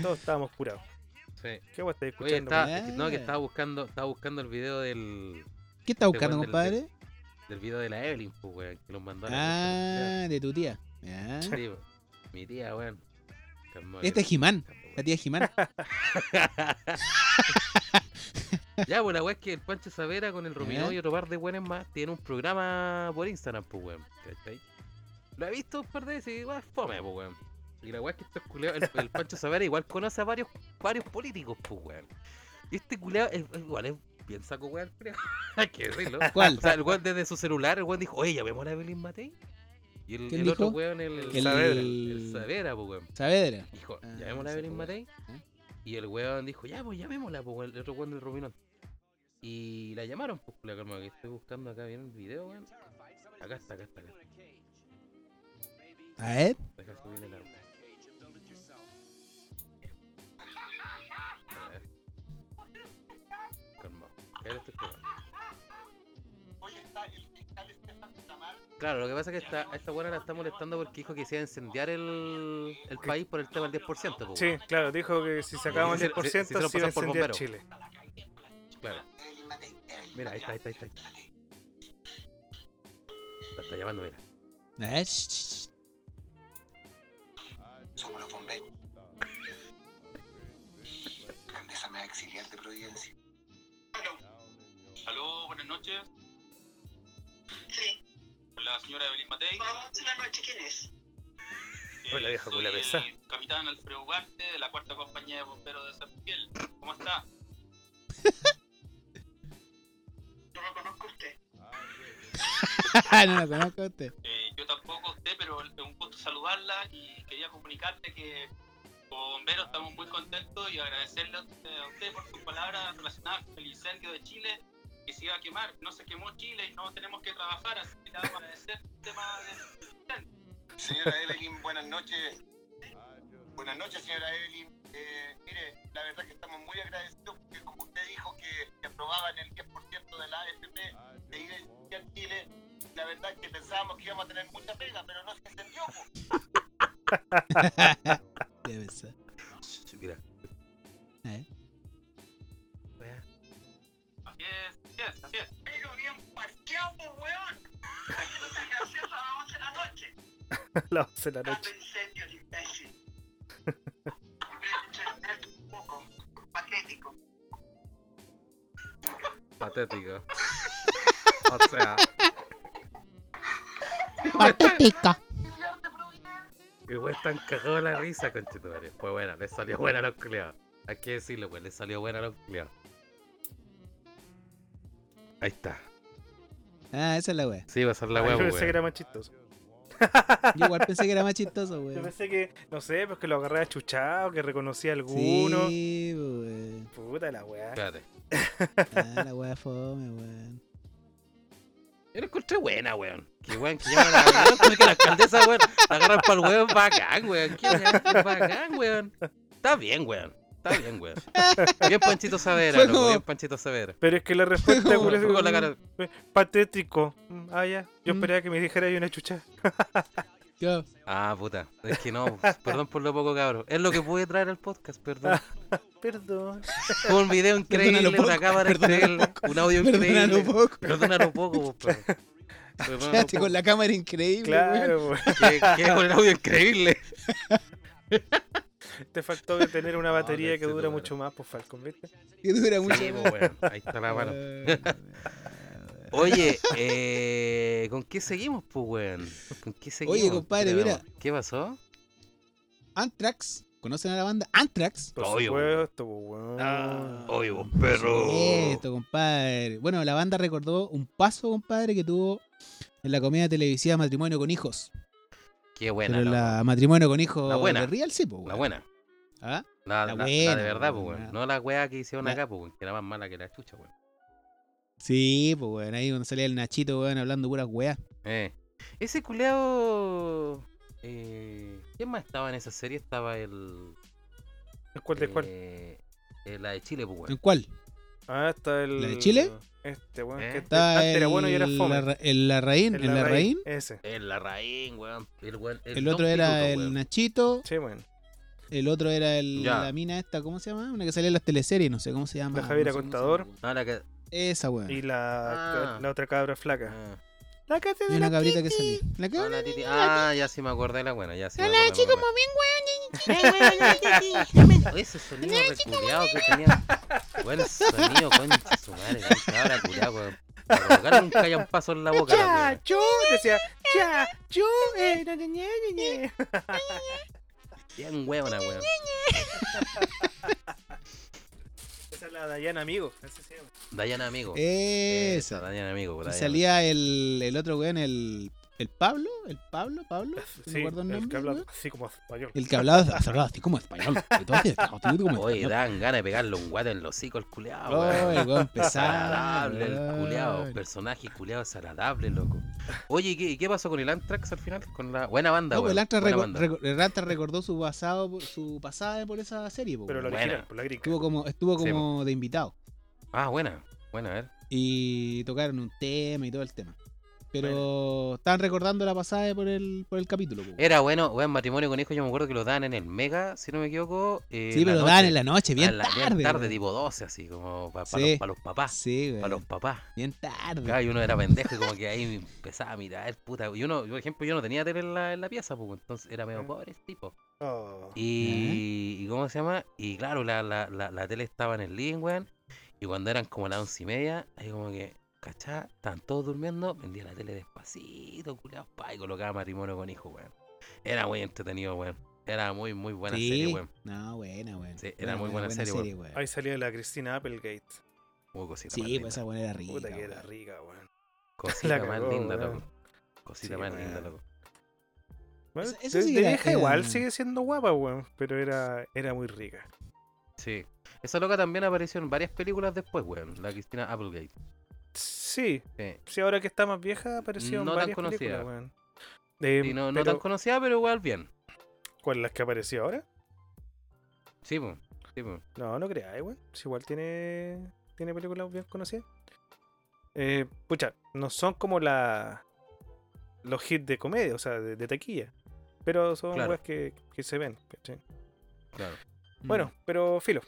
Speaker 2: Todos estábamos curados.
Speaker 1: Sí.
Speaker 2: ¿Qué weón estáis
Speaker 1: Oye,
Speaker 2: escuchando?
Speaker 1: está,
Speaker 3: weón.
Speaker 1: no, que estaba buscando, estaba buscando el video del,
Speaker 3: ¿Qué
Speaker 1: Este
Speaker 3: está buscando,
Speaker 1: weón del-
Speaker 3: compadre?
Speaker 1: del video de la Evelyn, pues, weón, que los mandó a la
Speaker 3: Ah, de tu tía. Ya.
Speaker 1: chucha. Sí, po. Mi tía, weón. Calmó,
Speaker 3: Esta
Speaker 1: que-
Speaker 3: es Este Jimán. La
Speaker 1: weón.
Speaker 3: tía Jimán.
Speaker 1: Ya, pues la weá es que el Pancho Savera con el Romino
Speaker 3: ¿Eh?
Speaker 1: y otro par de weones más tiene un programa por Instagram, pues weón. ¿Cachai? Lo he visto un par de veces y igual es fome, pues weón. Y la weá es que estos culeados, el, el Pancho Savera igual conoce a varios, varios políticos, pues weón. Y este culeado es, es igual, es bien saco weón, creo. Hay que decirlo.
Speaker 3: ¿Cuál?
Speaker 1: O sea, el weón desde su celular, el weón dijo, oye, llamemos a la Evelyn Matei. Y el,
Speaker 3: ¿Quién
Speaker 1: el otro
Speaker 3: dijo?
Speaker 1: weón, el, el,
Speaker 2: El-
Speaker 1: Saavedra. El Saavedra, pues, weón.
Speaker 3: Saavedra.
Speaker 1: Dijo,
Speaker 3: Ah,
Speaker 1: llamémosla a
Speaker 3: ese
Speaker 1: Evelyn
Speaker 3: weón.
Speaker 1: Matei.
Speaker 3: ¿Eh?
Speaker 1: Y el weón dijo, ya, pues llamémosla, pues, el otro weón del Rubinón. Y la llamaron, pues, la calma, que estoy buscando acá bien el video, weón. Acá está, acá está, acá.
Speaker 3: A ver.
Speaker 1: Deja subirle la. Calma. este Ahí lo estoy probando. Claro, lo que pasa es que esta, a esta buena la está molestando porque dijo que se iba a incendiar el, el país por el tema del 10%. po,
Speaker 2: Sí,
Speaker 1: weón.
Speaker 2: claro, dijo que si sacaban
Speaker 1: Sí,
Speaker 2: el
Speaker 1: sí, sí, sí, se
Speaker 2: 10%
Speaker 1: lo
Speaker 2: se iba a
Speaker 1: pasan por
Speaker 2: incendiar
Speaker 1: bombero.
Speaker 2: Chile.
Speaker 1: Claro. Mira, ahí está, ahí está, ahí está. La está llamando, mira.
Speaker 3: A ver. sh- sh- sh.
Speaker 4: Somos los bomberos. La Grandeza me va a exiliar de Providencia.
Speaker 5: Aló, buenas noches.
Speaker 6: Sí.
Speaker 5: La señora Evelyn Matei.
Speaker 6: Buenas noches, ¿quién es?
Speaker 5: Eh,
Speaker 2: Hola, vieja
Speaker 5: soy
Speaker 2: culia
Speaker 5: el
Speaker 2: pesada.
Speaker 5: Capitán Alfredo Ugarte de la cuarta compañía de bomberos de San Miguel. ¿Cómo está?
Speaker 6: No lo conozco a usted.
Speaker 3: Ah, no la conozco a usted.
Speaker 5: Eh, yo tampoco a usted, pero es un gusto saludarla y quería comunicarte que como bomberos estamos muy contentos y agradecerle a usted, a usted por sus palabras relacionadas con el incendio de Chile que se iba a quemar. No se quemó Chile y no tenemos que trabajar, así que le vamos a agradecer el tema de...
Speaker 4: Señora Evelyn, buenas noches. Buenas noches, señora Evelyn. Eh, mire, la verdad que estamos muy agradecidos porque como usted dijo que, que aprobaban el 10% de la AFP de ir a incendiar Chile, la verdad que pensábamos que íbamos a tener mucha pega, pero no se entendió.
Speaker 3: Debe ser.
Speaker 1: Mira.
Speaker 3: A ver.
Speaker 5: Así es, así es, así es.
Speaker 6: Pero bien parqueado, pues, weón. Aquí no está gracioso a las 11 de la noche.
Speaker 2: A las 11 de la
Speaker 6: Dando
Speaker 2: noche.
Speaker 6: incendios, imbécil. Volver un poco. Patético.
Speaker 1: Patético. O sea,
Speaker 3: Ah, Patética.
Speaker 1: el weón tan cagado de la risa, conchetumare. Fue buena, le salió buena a los culiados. Hay que decirlo, weón, le salió buena a los culiados. Ahí está.
Speaker 3: Ah, esa es la wea.
Speaker 1: Sí, va a ser la
Speaker 2: Ah,
Speaker 1: hueá,
Speaker 2: yo
Speaker 1: po,
Speaker 2: pensé que
Speaker 1: weón.
Speaker 2: era más chistoso.
Speaker 3: Yo igual pensé que era más chistoso,
Speaker 2: Yo
Speaker 3: weón.
Speaker 2: pensé que, no sé, pues que lo agarré achuchado, que reconocía alguno.
Speaker 3: Sí, weón.
Speaker 2: Puta la weá.
Speaker 1: Espérate.
Speaker 3: Ah, la wea fome, weón.
Speaker 1: Yo la encontré buena, weón. Qué weón que llaman a la weón, como que la alcaldesa, weón. La agarran para el weón bacán, weón. Qué weón, qué bacán, weón. Está bien, weón. Está bien, weón. Bien Panchito Savera,
Speaker 3: Fue
Speaker 1: loco.
Speaker 3: como-
Speaker 1: Bien Panchito Savera.
Speaker 2: Pero es que la respuesta
Speaker 1: Fue
Speaker 2: culiá, es
Speaker 1: con la cara.
Speaker 2: patético. Mm, Ah, ya. Yo
Speaker 3: Mm.
Speaker 2: esperaba que me dijera ahí una chucha.
Speaker 3: Yo,
Speaker 1: Ah, puta. Es que no, perdón por lo poco, cabrón. Es lo que pude traer al podcast, perdón.
Speaker 2: Perdón.
Speaker 1: Fue un video increíble,
Speaker 3: Perdónalo
Speaker 1: una
Speaker 3: poco,
Speaker 1: cámara
Speaker 3: perdónalo
Speaker 1: increíble, un audio
Speaker 3: perdónalo
Speaker 1: increíble.
Speaker 3: un poco.
Speaker 1: Perdónalo poco, pues, pero- Perdónalo
Speaker 3: Quedaste
Speaker 1: poco.
Speaker 3: con la cámara increíble, weón.
Speaker 2: Claro, weón.
Speaker 1: Que- que con el audio increíble.
Speaker 2: Te faltó de tener una batería que
Speaker 1: conche tu
Speaker 2: dura
Speaker 1: madre.
Speaker 2: mucho más, pues Falcon, ¿viste?
Speaker 3: Que dura mucho.
Speaker 1: Sí,
Speaker 3: weón.
Speaker 1: pues, weón. Ahí está
Speaker 2: ah,
Speaker 1: la mano. Oye, eh, ¿con qué seguimos, pues, weón? ¿Con qué seguimos?
Speaker 3: Oye, compadre,
Speaker 1: ¿Qué
Speaker 3: mira.
Speaker 1: tenemos? ¿Qué pasó?
Speaker 3: Anthrax. ¿Conocen a la banda Anthrax?
Speaker 2: Por
Speaker 1: Obvio,
Speaker 2: supuesto, pues, weón.
Speaker 3: Ah,
Speaker 1: Ah, Oye, vos,
Speaker 3: Esto, compadre. Bueno, la banda recordó un paso, compadre, que tuvo en la comedia televisiva Matrimonio con Hijos.
Speaker 1: Qué buena.
Speaker 3: Pero
Speaker 1: La,
Speaker 3: la matrimonio con hijos
Speaker 1: La buena.
Speaker 3: de Real, sí, po,
Speaker 1: la
Speaker 3: weón.
Speaker 1: buena.
Speaker 3: ¿Ah?
Speaker 1: La, la-
Speaker 3: La
Speaker 1: la
Speaker 3: buena,
Speaker 1: de verdad,
Speaker 3: weón,
Speaker 1: pues, weón.
Speaker 3: la-
Speaker 1: No la weá que hicieron
Speaker 3: la-
Speaker 1: acá, pues, weón, que era más mala que la chucha, weón.
Speaker 3: Sí, pues, weón. Ahí cuando salía el Nachito, weón, hablando puras weas.
Speaker 1: Eh. Ese culeado. Eh, ¿Quién más estaba en esa serie? Estaba el.
Speaker 2: ¿Cuál de cuál?
Speaker 1: eh, eh, la de Chile, pues,
Speaker 3: ¿En
Speaker 1: weón.
Speaker 3: cuál?
Speaker 2: Ah, está el.
Speaker 3: ¿La de Chile?
Speaker 2: Este, weón.
Speaker 1: Eh.
Speaker 2: Que
Speaker 3: Estaba
Speaker 2: antes era
Speaker 3: el-
Speaker 2: bueno y era fome.
Speaker 3: La, ra- el Larraín,
Speaker 2: El
Speaker 3: el Larraín.
Speaker 2: Ese.
Speaker 1: El Larraín, weón. El, weón- el
Speaker 3: El
Speaker 1: Don
Speaker 3: otro era
Speaker 1: Piluto,
Speaker 3: el
Speaker 1: weón.
Speaker 3: Nachito.
Speaker 2: Sí, weón.
Speaker 3: El otro era el,
Speaker 1: Ya.
Speaker 3: la mina esta, ¿cómo se llama? Una que salía en las teleseries, no sé cómo se llama.
Speaker 2: La Javiera
Speaker 3: no sé cómo se
Speaker 2: Contador.
Speaker 3: llama,
Speaker 1: No, la que.
Speaker 3: weón. Esa, weón.
Speaker 2: Y la,
Speaker 1: Ah.
Speaker 2: la otra cabra flaca.
Speaker 1: ah.
Speaker 2: La que hace
Speaker 3: Y
Speaker 2: de
Speaker 3: una
Speaker 2: la
Speaker 3: cabrita que
Speaker 2: Titi.
Speaker 3: salía. La que-
Speaker 1: Ah, la Titi. Ah, ya sí me acordé de la buena, ya sí. me
Speaker 3: Hola,
Speaker 1: acordé, me
Speaker 3: chicos,
Speaker 1: acordé. Oye, Ese sonido reculeado que tenía. Buen sonido, concha su madre. weón, Cabra culeado, weón. Para colocarle un callampazo en la boca. la
Speaker 2: Ya,
Speaker 1: weona.
Speaker 2: yo. Decía, ya, yo. Eh, ña, ña, ña, ña, ña.
Speaker 1: Bien huevona, weón.
Speaker 2: Esa es la Dayana, amigo. Así se llama.
Speaker 1: Dayana amigo.
Speaker 3: Esa.
Speaker 1: Dayana amigo,
Speaker 3: Eh, Y
Speaker 1: Dayana.
Speaker 3: salía el, el otro weón, el ¿El Pablo? ¿El Pablo? ¿Pablo? No me
Speaker 2: Eh, Sí,
Speaker 3: acuerdo el nombre,
Speaker 2: que habla
Speaker 3: weón.
Speaker 2: así como español.
Speaker 3: El que hablaba, hasta hablaba así como español. que todo hacía tartamudo como
Speaker 1: Oye,
Speaker 3: español.
Speaker 1: dan ganas de pegarle un guate en el hocico al culeado,
Speaker 3: Oye,
Speaker 1: weón.
Speaker 3: weón, pesado.
Speaker 1: Desagradable el culeado,
Speaker 3: weón.
Speaker 1: personaje culeado desagradable, loco. Oye, ¿y qué, y qué pasó con el Antrax al final? Con la buena banda,
Speaker 3: No, pues
Speaker 1: weón.
Speaker 3: el Antra
Speaker 1: buena
Speaker 3: reco-
Speaker 1: banda.
Speaker 3: reco- el Antra recordó su pasado, su pasada por esa serie, po,
Speaker 2: Pero la
Speaker 3: weón.
Speaker 2: original,
Speaker 1: Buena.
Speaker 2: por la gringa.
Speaker 3: estuvo como, estuvo
Speaker 1: Sí,
Speaker 3: como de invitado.
Speaker 1: Ah, buena, buena, a ver.
Speaker 3: Y tocaron un tema y todo el tema. Pero estaban recordando la pasada por el, por el capítulo, po, weón.
Speaker 1: Era bueno, weón, matrimonio con hijos, yo me acuerdo que lo dan en el Mega, si no me equivoco. eh,
Speaker 3: Sí, pero lo
Speaker 1: noche.
Speaker 3: daban en la noche,
Speaker 1: A
Speaker 3: bien
Speaker 1: la-
Speaker 3: tarde. weón.
Speaker 1: tipo 12, así, como para
Speaker 3: Sí.
Speaker 1: los, pa' los papás.
Speaker 3: Sí,
Speaker 1: Para los
Speaker 3: weón.
Speaker 1: papás.
Speaker 3: Bien tarde.
Speaker 1: Claro, y uno era pendejo y como que ahí empezaba a mirar, puta. Y uno, yo, por ejemplo, yo no tenía tele en la, en la pieza, pues, entonces era medio
Speaker 2: Ah.
Speaker 1: pobre ese tipo.
Speaker 2: Oh,
Speaker 1: Y, y ¿cómo se llama? Y claro, la, la, la, la tele estaba en el living, weón. Y cuando eran como las once y media, ahí como que, ¿cachá? Estaban todos durmiendo, vendía la tele despacito, culiados, pa, y colocaba matrimonio con hijo, weón. Era muy entretenido, weón. Era muy, muy buena
Speaker 3: sí.
Speaker 1: serie, weón.
Speaker 3: No, buena, weón.
Speaker 1: Sí, era muy buena serie,
Speaker 3: weón.
Speaker 2: Ahí salía la Cristina Applegate.
Speaker 1: Hubo cositas Uh, más
Speaker 3: Sí, pues
Speaker 1: lindas.
Speaker 3: esa buena era rica.
Speaker 2: Puta que
Speaker 3: weón.
Speaker 2: era rica, weón.
Speaker 1: Cosita
Speaker 2: la
Speaker 1: más
Speaker 2: cagó,
Speaker 1: linda,
Speaker 2: weón.
Speaker 1: loco. Cosita
Speaker 2: Sí,
Speaker 1: más
Speaker 2: weón.
Speaker 1: linda, loco.
Speaker 2: Bueno,
Speaker 3: Eso- eso
Speaker 2: de,
Speaker 3: sí
Speaker 2: de
Speaker 3: era- em,
Speaker 2: vieja
Speaker 3: era-
Speaker 2: igual sigue siendo guapa, weón. Pero era, era muy rica.
Speaker 1: Sí. Esa loca también apareció en varias películas después, weón. La Cristina Applegate.
Speaker 2: Sí,
Speaker 1: Sí.
Speaker 2: sí, ahora que está más vieja, ha aparecido en
Speaker 1: No tan
Speaker 2: varias
Speaker 1: conocida.
Speaker 2: películas, weón. Eh,
Speaker 1: Y no, no
Speaker 2: pero,
Speaker 1: tan conocida, pero igual bien.
Speaker 2: ¿Cuál las que apareció ahora?
Speaker 1: Sí, po. Sí, po.
Speaker 2: No, no creáis, weón. Si igual tiene, tiene películas bien conocidas. Eh, pucha, no son como la los hits de comedia, o sea, de, de taquilla. Pero son
Speaker 1: Claro.
Speaker 2: weas que, que se ven. ¿cachai?
Speaker 1: Claro.
Speaker 3: Mm.
Speaker 2: Bueno, pero filo.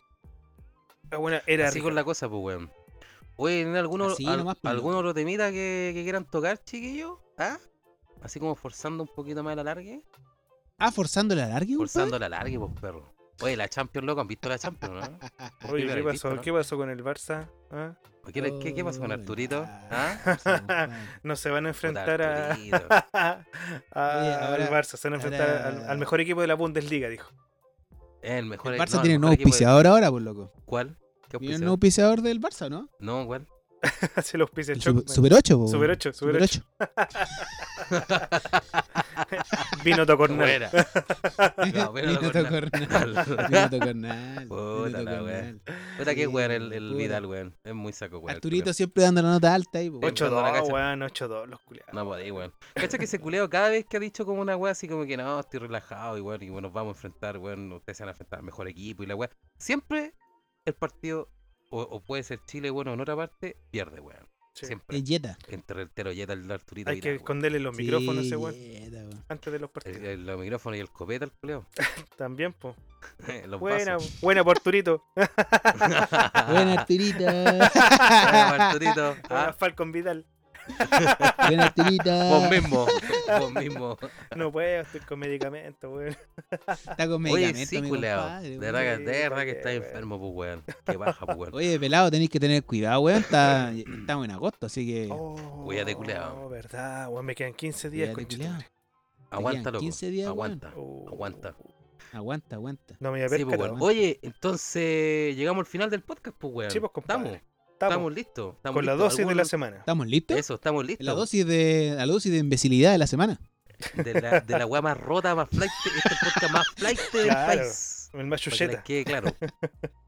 Speaker 2: La buena era
Speaker 1: Así
Speaker 2: rica.
Speaker 1: con la cosa, pues, weón. Oye, ¿en alguno,
Speaker 3: Así
Speaker 1: al-
Speaker 3: nomás, pues,
Speaker 1: algún otro temita que, que quieran tocar, chiquillos? ¿Ah? Así como forzando un poquito más el alargue.
Speaker 3: Ah, forzando la larga,
Speaker 1: Forzando el alargue, pues, perro. Oye, la Champions, loco, ¿han visto la Champions, no?
Speaker 2: Oye,
Speaker 1: Yo la
Speaker 2: ¿qué
Speaker 1: he visto,
Speaker 2: pasó?
Speaker 1: ¿no?
Speaker 2: ¿Qué pasó con el Barça? ¿Ah?
Speaker 1: ¿Qué, le- qué, qué pasó con
Speaker 3: Oh,
Speaker 1: Arturito?
Speaker 3: la-
Speaker 1: ¿Ah?
Speaker 2: No se van a
Speaker 1: Puta,
Speaker 2: enfrentar a,
Speaker 1: Arturito.
Speaker 2: a-
Speaker 3: ahora-
Speaker 2: al Barça, se van a enfrentar
Speaker 3: ahora-
Speaker 2: al, al mejor equipo de la Bundesliga, dijo.
Speaker 1: El mejor
Speaker 3: El Barça
Speaker 1: no, el
Speaker 3: tiene
Speaker 1: mejor
Speaker 3: nuevo
Speaker 1: equipo de-
Speaker 3: auspiciador ahora, por loco.
Speaker 1: ¿Cuál? ¿Qué
Speaker 3: Tiene
Speaker 1: auspiciador?
Speaker 3: un nuevo auspiciador del Barça, ¿no?
Speaker 1: No, ¿cuál?
Speaker 2: se los pisa
Speaker 3: El
Speaker 2: Chocman.
Speaker 3: Super, Super 8, po,
Speaker 2: Super
Speaker 3: weón.
Speaker 2: 8, Super
Speaker 3: Super
Speaker 2: 8.
Speaker 3: 8.
Speaker 2: Vino Tocornel.
Speaker 1: Buena. No, pero no
Speaker 3: Minuto
Speaker 1: cornal.
Speaker 3: cornal. Minuto cornal.
Speaker 1: Puta
Speaker 3: minuto
Speaker 1: la wea.
Speaker 3: cornal.
Speaker 1: Puta que
Speaker 3: Sí,
Speaker 1: weón el, el
Speaker 3: puta.
Speaker 1: Vidal, weón. Es muy saco, weón. el
Speaker 3: Arturito
Speaker 1: culiao.
Speaker 3: siempre dando la nota alta ahí, po, weón.
Speaker 2: 8-2, weón, 8-2, los culiados.
Speaker 1: No podéis, weón. Cacha que ese culeo cada vez que ha dicho como una weá así como que no, estoy relajado y weón, y bueno, nos vamos a enfrentar, weón, ustedes se van a enfrentar al mejor equipo y la weá. Siempre el partido, o, o puede ser Chile, bueno, en otra parte, pierde, weón.
Speaker 2: Sí.
Speaker 1: Siempre.
Speaker 3: Es Jetta.
Speaker 1: Entre el tero Yeta, el Arturito
Speaker 2: Hay
Speaker 1: y
Speaker 2: que esconderle los micrófonos a ese weón
Speaker 3: Jetta, weón.
Speaker 2: antes de los partidos.
Speaker 1: el, el- los micrófonos y el copeta, el culeo.
Speaker 2: También, po.
Speaker 1: los
Speaker 2: Buena,
Speaker 1: vasos.
Speaker 2: buena por Turito.
Speaker 1: Buena,
Speaker 3: Buena Arturita.
Speaker 1: Arturito.
Speaker 2: Buena
Speaker 1: Ah,
Speaker 2: Falcon Vidal.
Speaker 3: Buena Arturita.
Speaker 1: vos mismo, vos mismo.
Speaker 2: No puedo, estoy con medicamentos, weón.
Speaker 3: Está con
Speaker 1: Oye,
Speaker 3: medicamento,
Speaker 1: sí,
Speaker 3: mi
Speaker 1: culeado.
Speaker 3: compadre,
Speaker 1: De
Speaker 3: weón.
Speaker 1: verdad, que- de
Speaker 2: Sí,
Speaker 1: verdad que
Speaker 2: porque,
Speaker 1: estás
Speaker 2: weón.
Speaker 1: enfermo, pues, weón. Que baja, pues, weón.
Speaker 3: Oye, pelado, tenéis que tener cuidado, weón. Está, estamos en agosto, así que.
Speaker 2: Oh,
Speaker 1: Cuídate, culiao.
Speaker 2: verdad, weón. Me quedan 15 días,
Speaker 3: cuídate, culiao.
Speaker 2: conchetumare.
Speaker 1: Aguanta,
Speaker 3: quedan
Speaker 1: loco.
Speaker 3: 15 días, weón.
Speaker 1: Aguanta.
Speaker 2: Oh.
Speaker 1: Aguanta.
Speaker 3: Aguanta, aguanta.
Speaker 2: No me voy a
Speaker 1: Sí,
Speaker 2: ver,
Speaker 1: pues, weón. Oye, entonces llegamos al final del podcast, pues, weón.
Speaker 2: Sí, pues, compadre.
Speaker 1: estamos,
Speaker 2: Estamos
Speaker 1: estamos listos. Estamos
Speaker 2: con la
Speaker 1: listos.
Speaker 2: dosis de
Speaker 1: ¿Algún-
Speaker 2: la semana.
Speaker 3: ¿Estamos listos?
Speaker 1: Eso, estamos
Speaker 3: Es La
Speaker 1: listos.
Speaker 3: dosis de, la dosis de imbecilidad de la semana.
Speaker 1: De la, de la weá más rota, más flight. Este es el podcast más flight del
Speaker 2: Claro.
Speaker 1: país.
Speaker 2: El
Speaker 1: Para que
Speaker 2: más
Speaker 1: les
Speaker 2: chucheta.
Speaker 1: quede claro.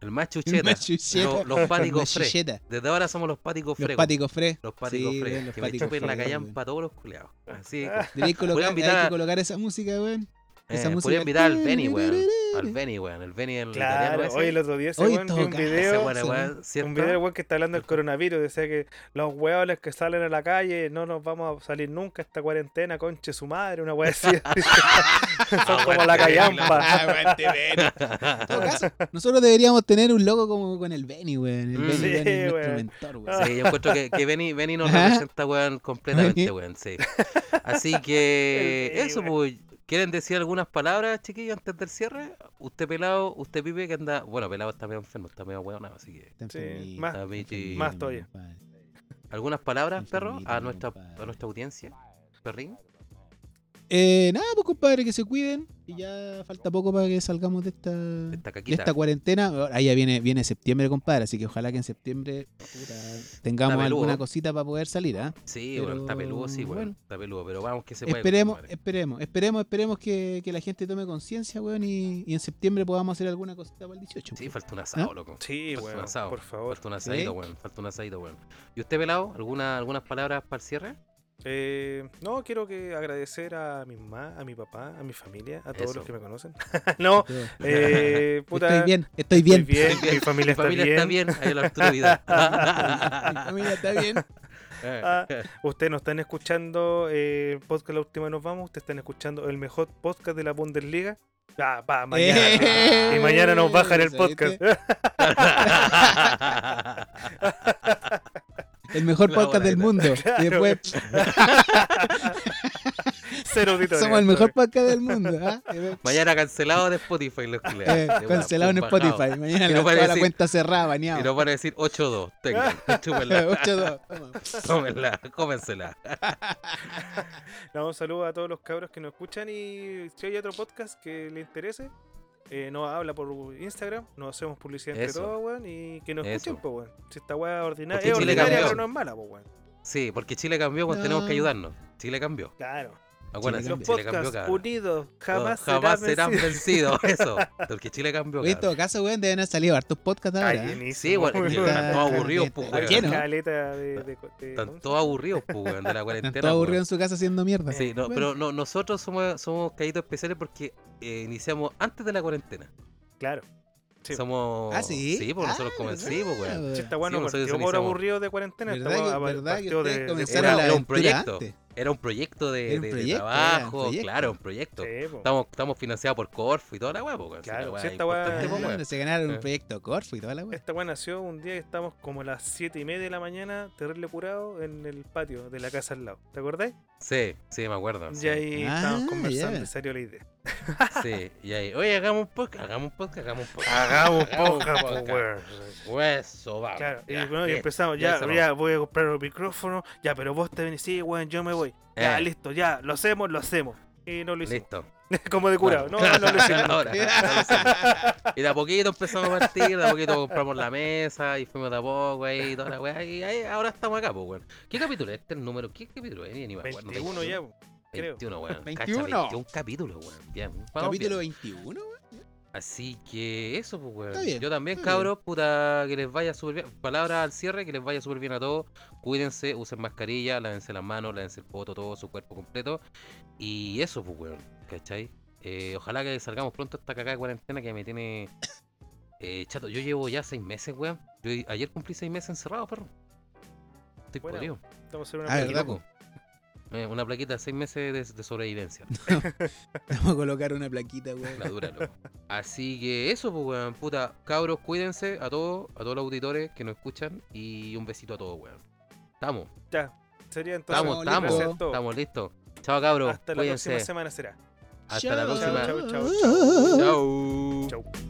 Speaker 1: El más chucheta.
Speaker 3: Más chucheta.
Speaker 1: Lo- los
Speaker 3: Más
Speaker 1: páticos fres.
Speaker 3: chucheta.
Speaker 1: Desde ahora somos los páticos
Speaker 3: Los
Speaker 1: fres.
Speaker 3: páticos fres.
Speaker 1: Los páticos
Speaker 3: Sí,
Speaker 1: fres.
Speaker 3: weón, los
Speaker 1: que me
Speaker 3: páticos
Speaker 1: chupen la
Speaker 3: fres,
Speaker 1: callampa todos los culeados. Así que,
Speaker 3: Deberéis colocar,
Speaker 1: Voy a invitar
Speaker 3: hay
Speaker 1: a-
Speaker 3: que colocar esa música, weón. Esa
Speaker 1: eh,
Speaker 3: música-
Speaker 1: podría invitar al Benny, weón. Al Benny, weón. El Benny, el italiano
Speaker 2: Claro,
Speaker 1: ese.
Speaker 2: hoy el otro día ese
Speaker 3: Hoy
Speaker 2: weón vi un
Speaker 3: toca.
Speaker 1: Ese
Speaker 2: video.
Speaker 1: weón,
Speaker 3: Sí.
Speaker 1: weón, ¿cierto?
Speaker 2: Un video del weón que está hablando del coronavirus, decía que los hueones que salen a la calle no nos vamos a salir nunca esta cuarentena, conche su madre, una wea así. Son como la callampa.
Speaker 3: En todo caso, nosotros deberíamos tener un logo como con el Benny, weón. El
Speaker 1: Mm.
Speaker 3: Benny
Speaker 1: Sí,
Speaker 3: weón, es nuestro
Speaker 2: weón.
Speaker 3: mentor, weón.
Speaker 1: Sí, yo encuentro que, que Benny, Benny nos
Speaker 3: Ajá.
Speaker 1: representa, weón, completamente,
Speaker 3: Benny.
Speaker 1: weón, sí. Así que
Speaker 2: El Benny,
Speaker 1: eso, pues, ¿quieren decir algunas palabras, chiquillos, antes del cierre? Usted pelado, usted pibe que anda... Bueno, pelado está medio enfermo, está medio weón, así que...
Speaker 3: Está
Speaker 2: Sí,
Speaker 3: enfermito,
Speaker 2: más-
Speaker 3: está
Speaker 1: más
Speaker 3: enfermito,
Speaker 2: más
Speaker 3: mi
Speaker 2: todavía.
Speaker 3: compadre.
Speaker 1: ¿Algunas palabras, perro,
Speaker 3: Enfermito,
Speaker 1: a
Speaker 3: mi
Speaker 1: nuestra,
Speaker 3: compadre.
Speaker 1: a nuestra audiencia? Perrín.
Speaker 3: Eh, nada, pues compadre, que se cuiden. Y ya falta poco para que salgamos de esta, de
Speaker 1: Esta caquita.
Speaker 3: esta cuarentena. Ahora ya viene, viene septiembre, compadre. Así que ojalá que en septiembre puta, tengamos
Speaker 1: Está peludo.
Speaker 3: alguna cosita para poder salir, ¿ah?
Speaker 1: Sí, bueno, está
Speaker 3: pero
Speaker 1: peludo, sí, bueno,
Speaker 3: bueno.
Speaker 1: está peludo, pero vamos que se puede.
Speaker 3: Esperemos,
Speaker 1: este compadre.
Speaker 3: esperemos, esperemos, esperemos que, que la gente tome conciencia, weón, y, y en septiembre podamos hacer alguna cosita para el 18.
Speaker 1: Sí,
Speaker 3: weón.
Speaker 1: falta un asado, loco.
Speaker 2: Sí,
Speaker 1: Falta un
Speaker 2: weón,
Speaker 1: asado,
Speaker 2: por favor.
Speaker 1: Falta un asadito,
Speaker 3: eh, ¿ah? ¿Sí?
Speaker 1: weón. Falta un asadito, weón. ¿Y usted, pelado? ¿Alguna, ¿Algunas palabras para el cierre?
Speaker 2: Eh, no, quiero que agradecer a mi mamá, a mi papá, a mi familia, a todos
Speaker 1: Eso.
Speaker 2: los que me conocen. no, eh, puta,
Speaker 3: estoy bien, estoy bien.
Speaker 2: estoy bien, mi familia,
Speaker 1: Mi familia
Speaker 2: está, bien.
Speaker 1: ahí el Arturo Vidal.
Speaker 3: Mi familia está bien.
Speaker 1: Eh.
Speaker 2: Ah, Ustedes no están escuchando eh, podcast La Última Nos Vamos, ustedes están escuchando el mejor podcast de la Bundesliga. Ah, va, mañana.
Speaker 3: Eh,
Speaker 2: y mañana nos bajan el
Speaker 3: ¿sabiste?
Speaker 2: podcast.
Speaker 3: El mejor
Speaker 1: La
Speaker 3: podcast del
Speaker 1: buena,
Speaker 3: mundo. Y después
Speaker 2: Cero auditoría.
Speaker 3: somos el mejor podcast del mundo. ¿ah? Y después,
Speaker 1: Mañana cancelado de Spotify, los culiados.
Speaker 3: eh,
Speaker 1: De una,
Speaker 3: cancelado en
Speaker 1: pum, bajado.
Speaker 3: Spotify. Mañana
Speaker 1: Y
Speaker 3: la,
Speaker 1: nos van a
Speaker 3: toda la
Speaker 1: decir-
Speaker 3: cuenta cerrada,
Speaker 1: Y
Speaker 3: baneado.
Speaker 1: nos van a decir 8-2. Tengan, chúpenla,
Speaker 3: 8-2, toma.
Speaker 1: tómenla, cómensela.
Speaker 2: No, un saludo a todos los cabros que nos escuchan y si hay otro podcast que le interese, eh, nos habla por Instagram, nos hacemos publicidad entre
Speaker 1: Eso.
Speaker 2: todos, weón, y que nos
Speaker 1: Eso.
Speaker 2: escuchen, pues, weón. Si esta weá ordinaria,
Speaker 1: Porque
Speaker 2: es
Speaker 1: Chile
Speaker 2: ordinaria,
Speaker 1: cambió.
Speaker 2: pero no es mala, pues, weón.
Speaker 1: Sí, porque Chile cambió cuando tenemos que
Speaker 3: No.
Speaker 1: ayudarnos. Chile cambió.
Speaker 2: Claro.
Speaker 1: Acuérdense,
Speaker 2: Los
Speaker 3: cambió.
Speaker 1: Chile, cambió,
Speaker 2: podcasts
Speaker 1: cabrón.
Speaker 2: unidos jamás,
Speaker 1: No, jamás serán
Speaker 2: serán vencidos.
Speaker 1: vencidos. Eso, porque Chile cambió.
Speaker 3: Oye, en
Speaker 1: cabrón.
Speaker 3: todo caso, weón, deben haber salido hartos podcasts ahora.
Speaker 2: Ay,
Speaker 3: ¿eh?
Speaker 2: buenísimo,
Speaker 1: Sí, bueno,
Speaker 2: weón.
Speaker 1: están todos aburridos, pues,
Speaker 3: Está
Speaker 2: Hay
Speaker 1: weón.
Speaker 3: lleno.
Speaker 2: caleta de- de- de-
Speaker 1: Están todos aburridos, pues, weón, de la
Speaker 3: Están
Speaker 1: cuarentena.
Speaker 3: todos aburridos
Speaker 1: weón.
Speaker 3: en su casa haciendo mierda.
Speaker 1: Sí, no,
Speaker 3: Bueno,
Speaker 1: pero no, nosotros somos, somos caídos especiales porque eh, iniciamos antes de la cuarentena.
Speaker 2: Claro. Sí.
Speaker 1: Somos.
Speaker 3: Ah, sí.
Speaker 1: Sí, pues nosotros
Speaker 3: Ah,
Speaker 1: comenzamos,
Speaker 3: ¿verdad?
Speaker 1: weón.
Speaker 2: Si esta
Speaker 1: Sí,
Speaker 2: weá no
Speaker 1: nosotros
Speaker 2: partió por
Speaker 1: iniciamos.
Speaker 2: aburrido de cuarentena, esta
Speaker 3: ¿Verdad,
Speaker 2: weá
Speaker 3: que, verdad que
Speaker 2: partió
Speaker 3: ustedes
Speaker 2: de- de-
Speaker 3: comenzaron
Speaker 1: Era
Speaker 3: la
Speaker 1: un
Speaker 3: aventura
Speaker 1: proyecto.
Speaker 3: antes?
Speaker 1: Era un proyecto de,
Speaker 3: Era un
Speaker 1: de- de
Speaker 3: proyecto, era
Speaker 1: trabajo,
Speaker 3: un proyecto.
Speaker 1: claro, un proyecto.
Speaker 2: Sí, po.
Speaker 1: Estamos, estamos financiados por Corfo y toda la weá, pues, weón.
Speaker 2: Claro,
Speaker 1: la weá
Speaker 2: si
Speaker 1: es
Speaker 2: esta weá-
Speaker 1: importante, pues,
Speaker 3: Ah,
Speaker 1: weón.
Speaker 3: bueno, se ganaron
Speaker 1: Eh.
Speaker 3: un proyecto Corfo y toda la weá.
Speaker 2: Esta weá nació un día que estábamos como a las 7 y media de la mañana, terrible curado, en el patio de la casa al lado. ¿Te acordás?
Speaker 1: Sí, sí, me acuerdo.
Speaker 2: Y
Speaker 1: sí.
Speaker 2: ahí
Speaker 3: Ah,
Speaker 2: estábamos conversando
Speaker 3: ya.
Speaker 2: en serio la idea. Ah,
Speaker 1: Sí, y ahí, oye, hagamos un podcast, hagamos un podcast, hagamos un podcast.
Speaker 2: Hagamos
Speaker 1: poca, po, weón. Hueso, vamos.
Speaker 2: pues, Claro, y,
Speaker 1: ya,
Speaker 2: bueno, y
Speaker 1: bien.
Speaker 2: empezamos,
Speaker 1: ya
Speaker 2: ya,
Speaker 1: se
Speaker 2: ya,
Speaker 1: va.
Speaker 2: voy a comprar un micrófono, ya, pero vos te venís, sí, weón, yo me voy. Ya,
Speaker 1: Eh.
Speaker 2: listo, ya, lo hacemos, lo hacemos. Y no lo hicimos.
Speaker 1: Listo.
Speaker 2: como de curado.
Speaker 1: Bueno.
Speaker 2: No, no lo hicimos.
Speaker 1: Ahora, ahora sí. Y de a poquito empezamos a partir, de a poquito compramos la mesa y fuimos de a poco ahí y toda la weá. Y ahí, ahora estamos acá, pues, weón. ¿Qué capítulo es este el número? ¿Qué capítulo es? Ni me acuerdo,
Speaker 2: 21 ya, po. creo.
Speaker 1: 21, weón.
Speaker 3: 21.
Speaker 1: 21 capítulos, weón. Bien, vamos
Speaker 3: Capítulo
Speaker 1: bien.
Speaker 3: 21, weón.
Speaker 1: Así que eso, pues, weón.
Speaker 3: Está bien,
Speaker 1: Yo también,
Speaker 3: está bien.
Speaker 1: cabros, puta, que les vaya súper bien. Palabra al cierre, que les vaya súper bien a todos. Cuídense, usen mascarilla, lávense las manos, lávense el poto, todo su cuerpo completo. Y eso, pues, weón. ¿Cachai? Eh, ojalá que salgamos pronto esta cagada de cuarentena que me tiene eh, chato. Yo llevo ya seis meses, weón. Yo i- ayer cumplí seis meses encerrado, perro. Estoy
Speaker 2: Buena,
Speaker 1: podrido.
Speaker 2: Estamos en una
Speaker 3: Ah,
Speaker 2: película.
Speaker 3: ¿verdad,
Speaker 1: Loco. Eh, una plaquita de seis meses de, de sobrevivencia.
Speaker 3: Vamos a colocar una plaquita, weón.
Speaker 1: La dura, loco. Así que eso, pues, weón. Puta, cabros, cuídense a todos, a todos los auditores que nos escuchan. Y un besito a todos, weón. Estamos,
Speaker 2: Ya, sería entonces.
Speaker 1: estamos,
Speaker 3: estamos
Speaker 1: estamos.
Speaker 2: listos.
Speaker 1: Estamos listos. Chao, cabros.
Speaker 2: Hasta la
Speaker 1: cuídense.
Speaker 2: próxima semana será.
Speaker 1: Hasta la
Speaker 2: Chao,
Speaker 1: próxima.
Speaker 2: chao,
Speaker 1: Chao.
Speaker 2: chao, Chau.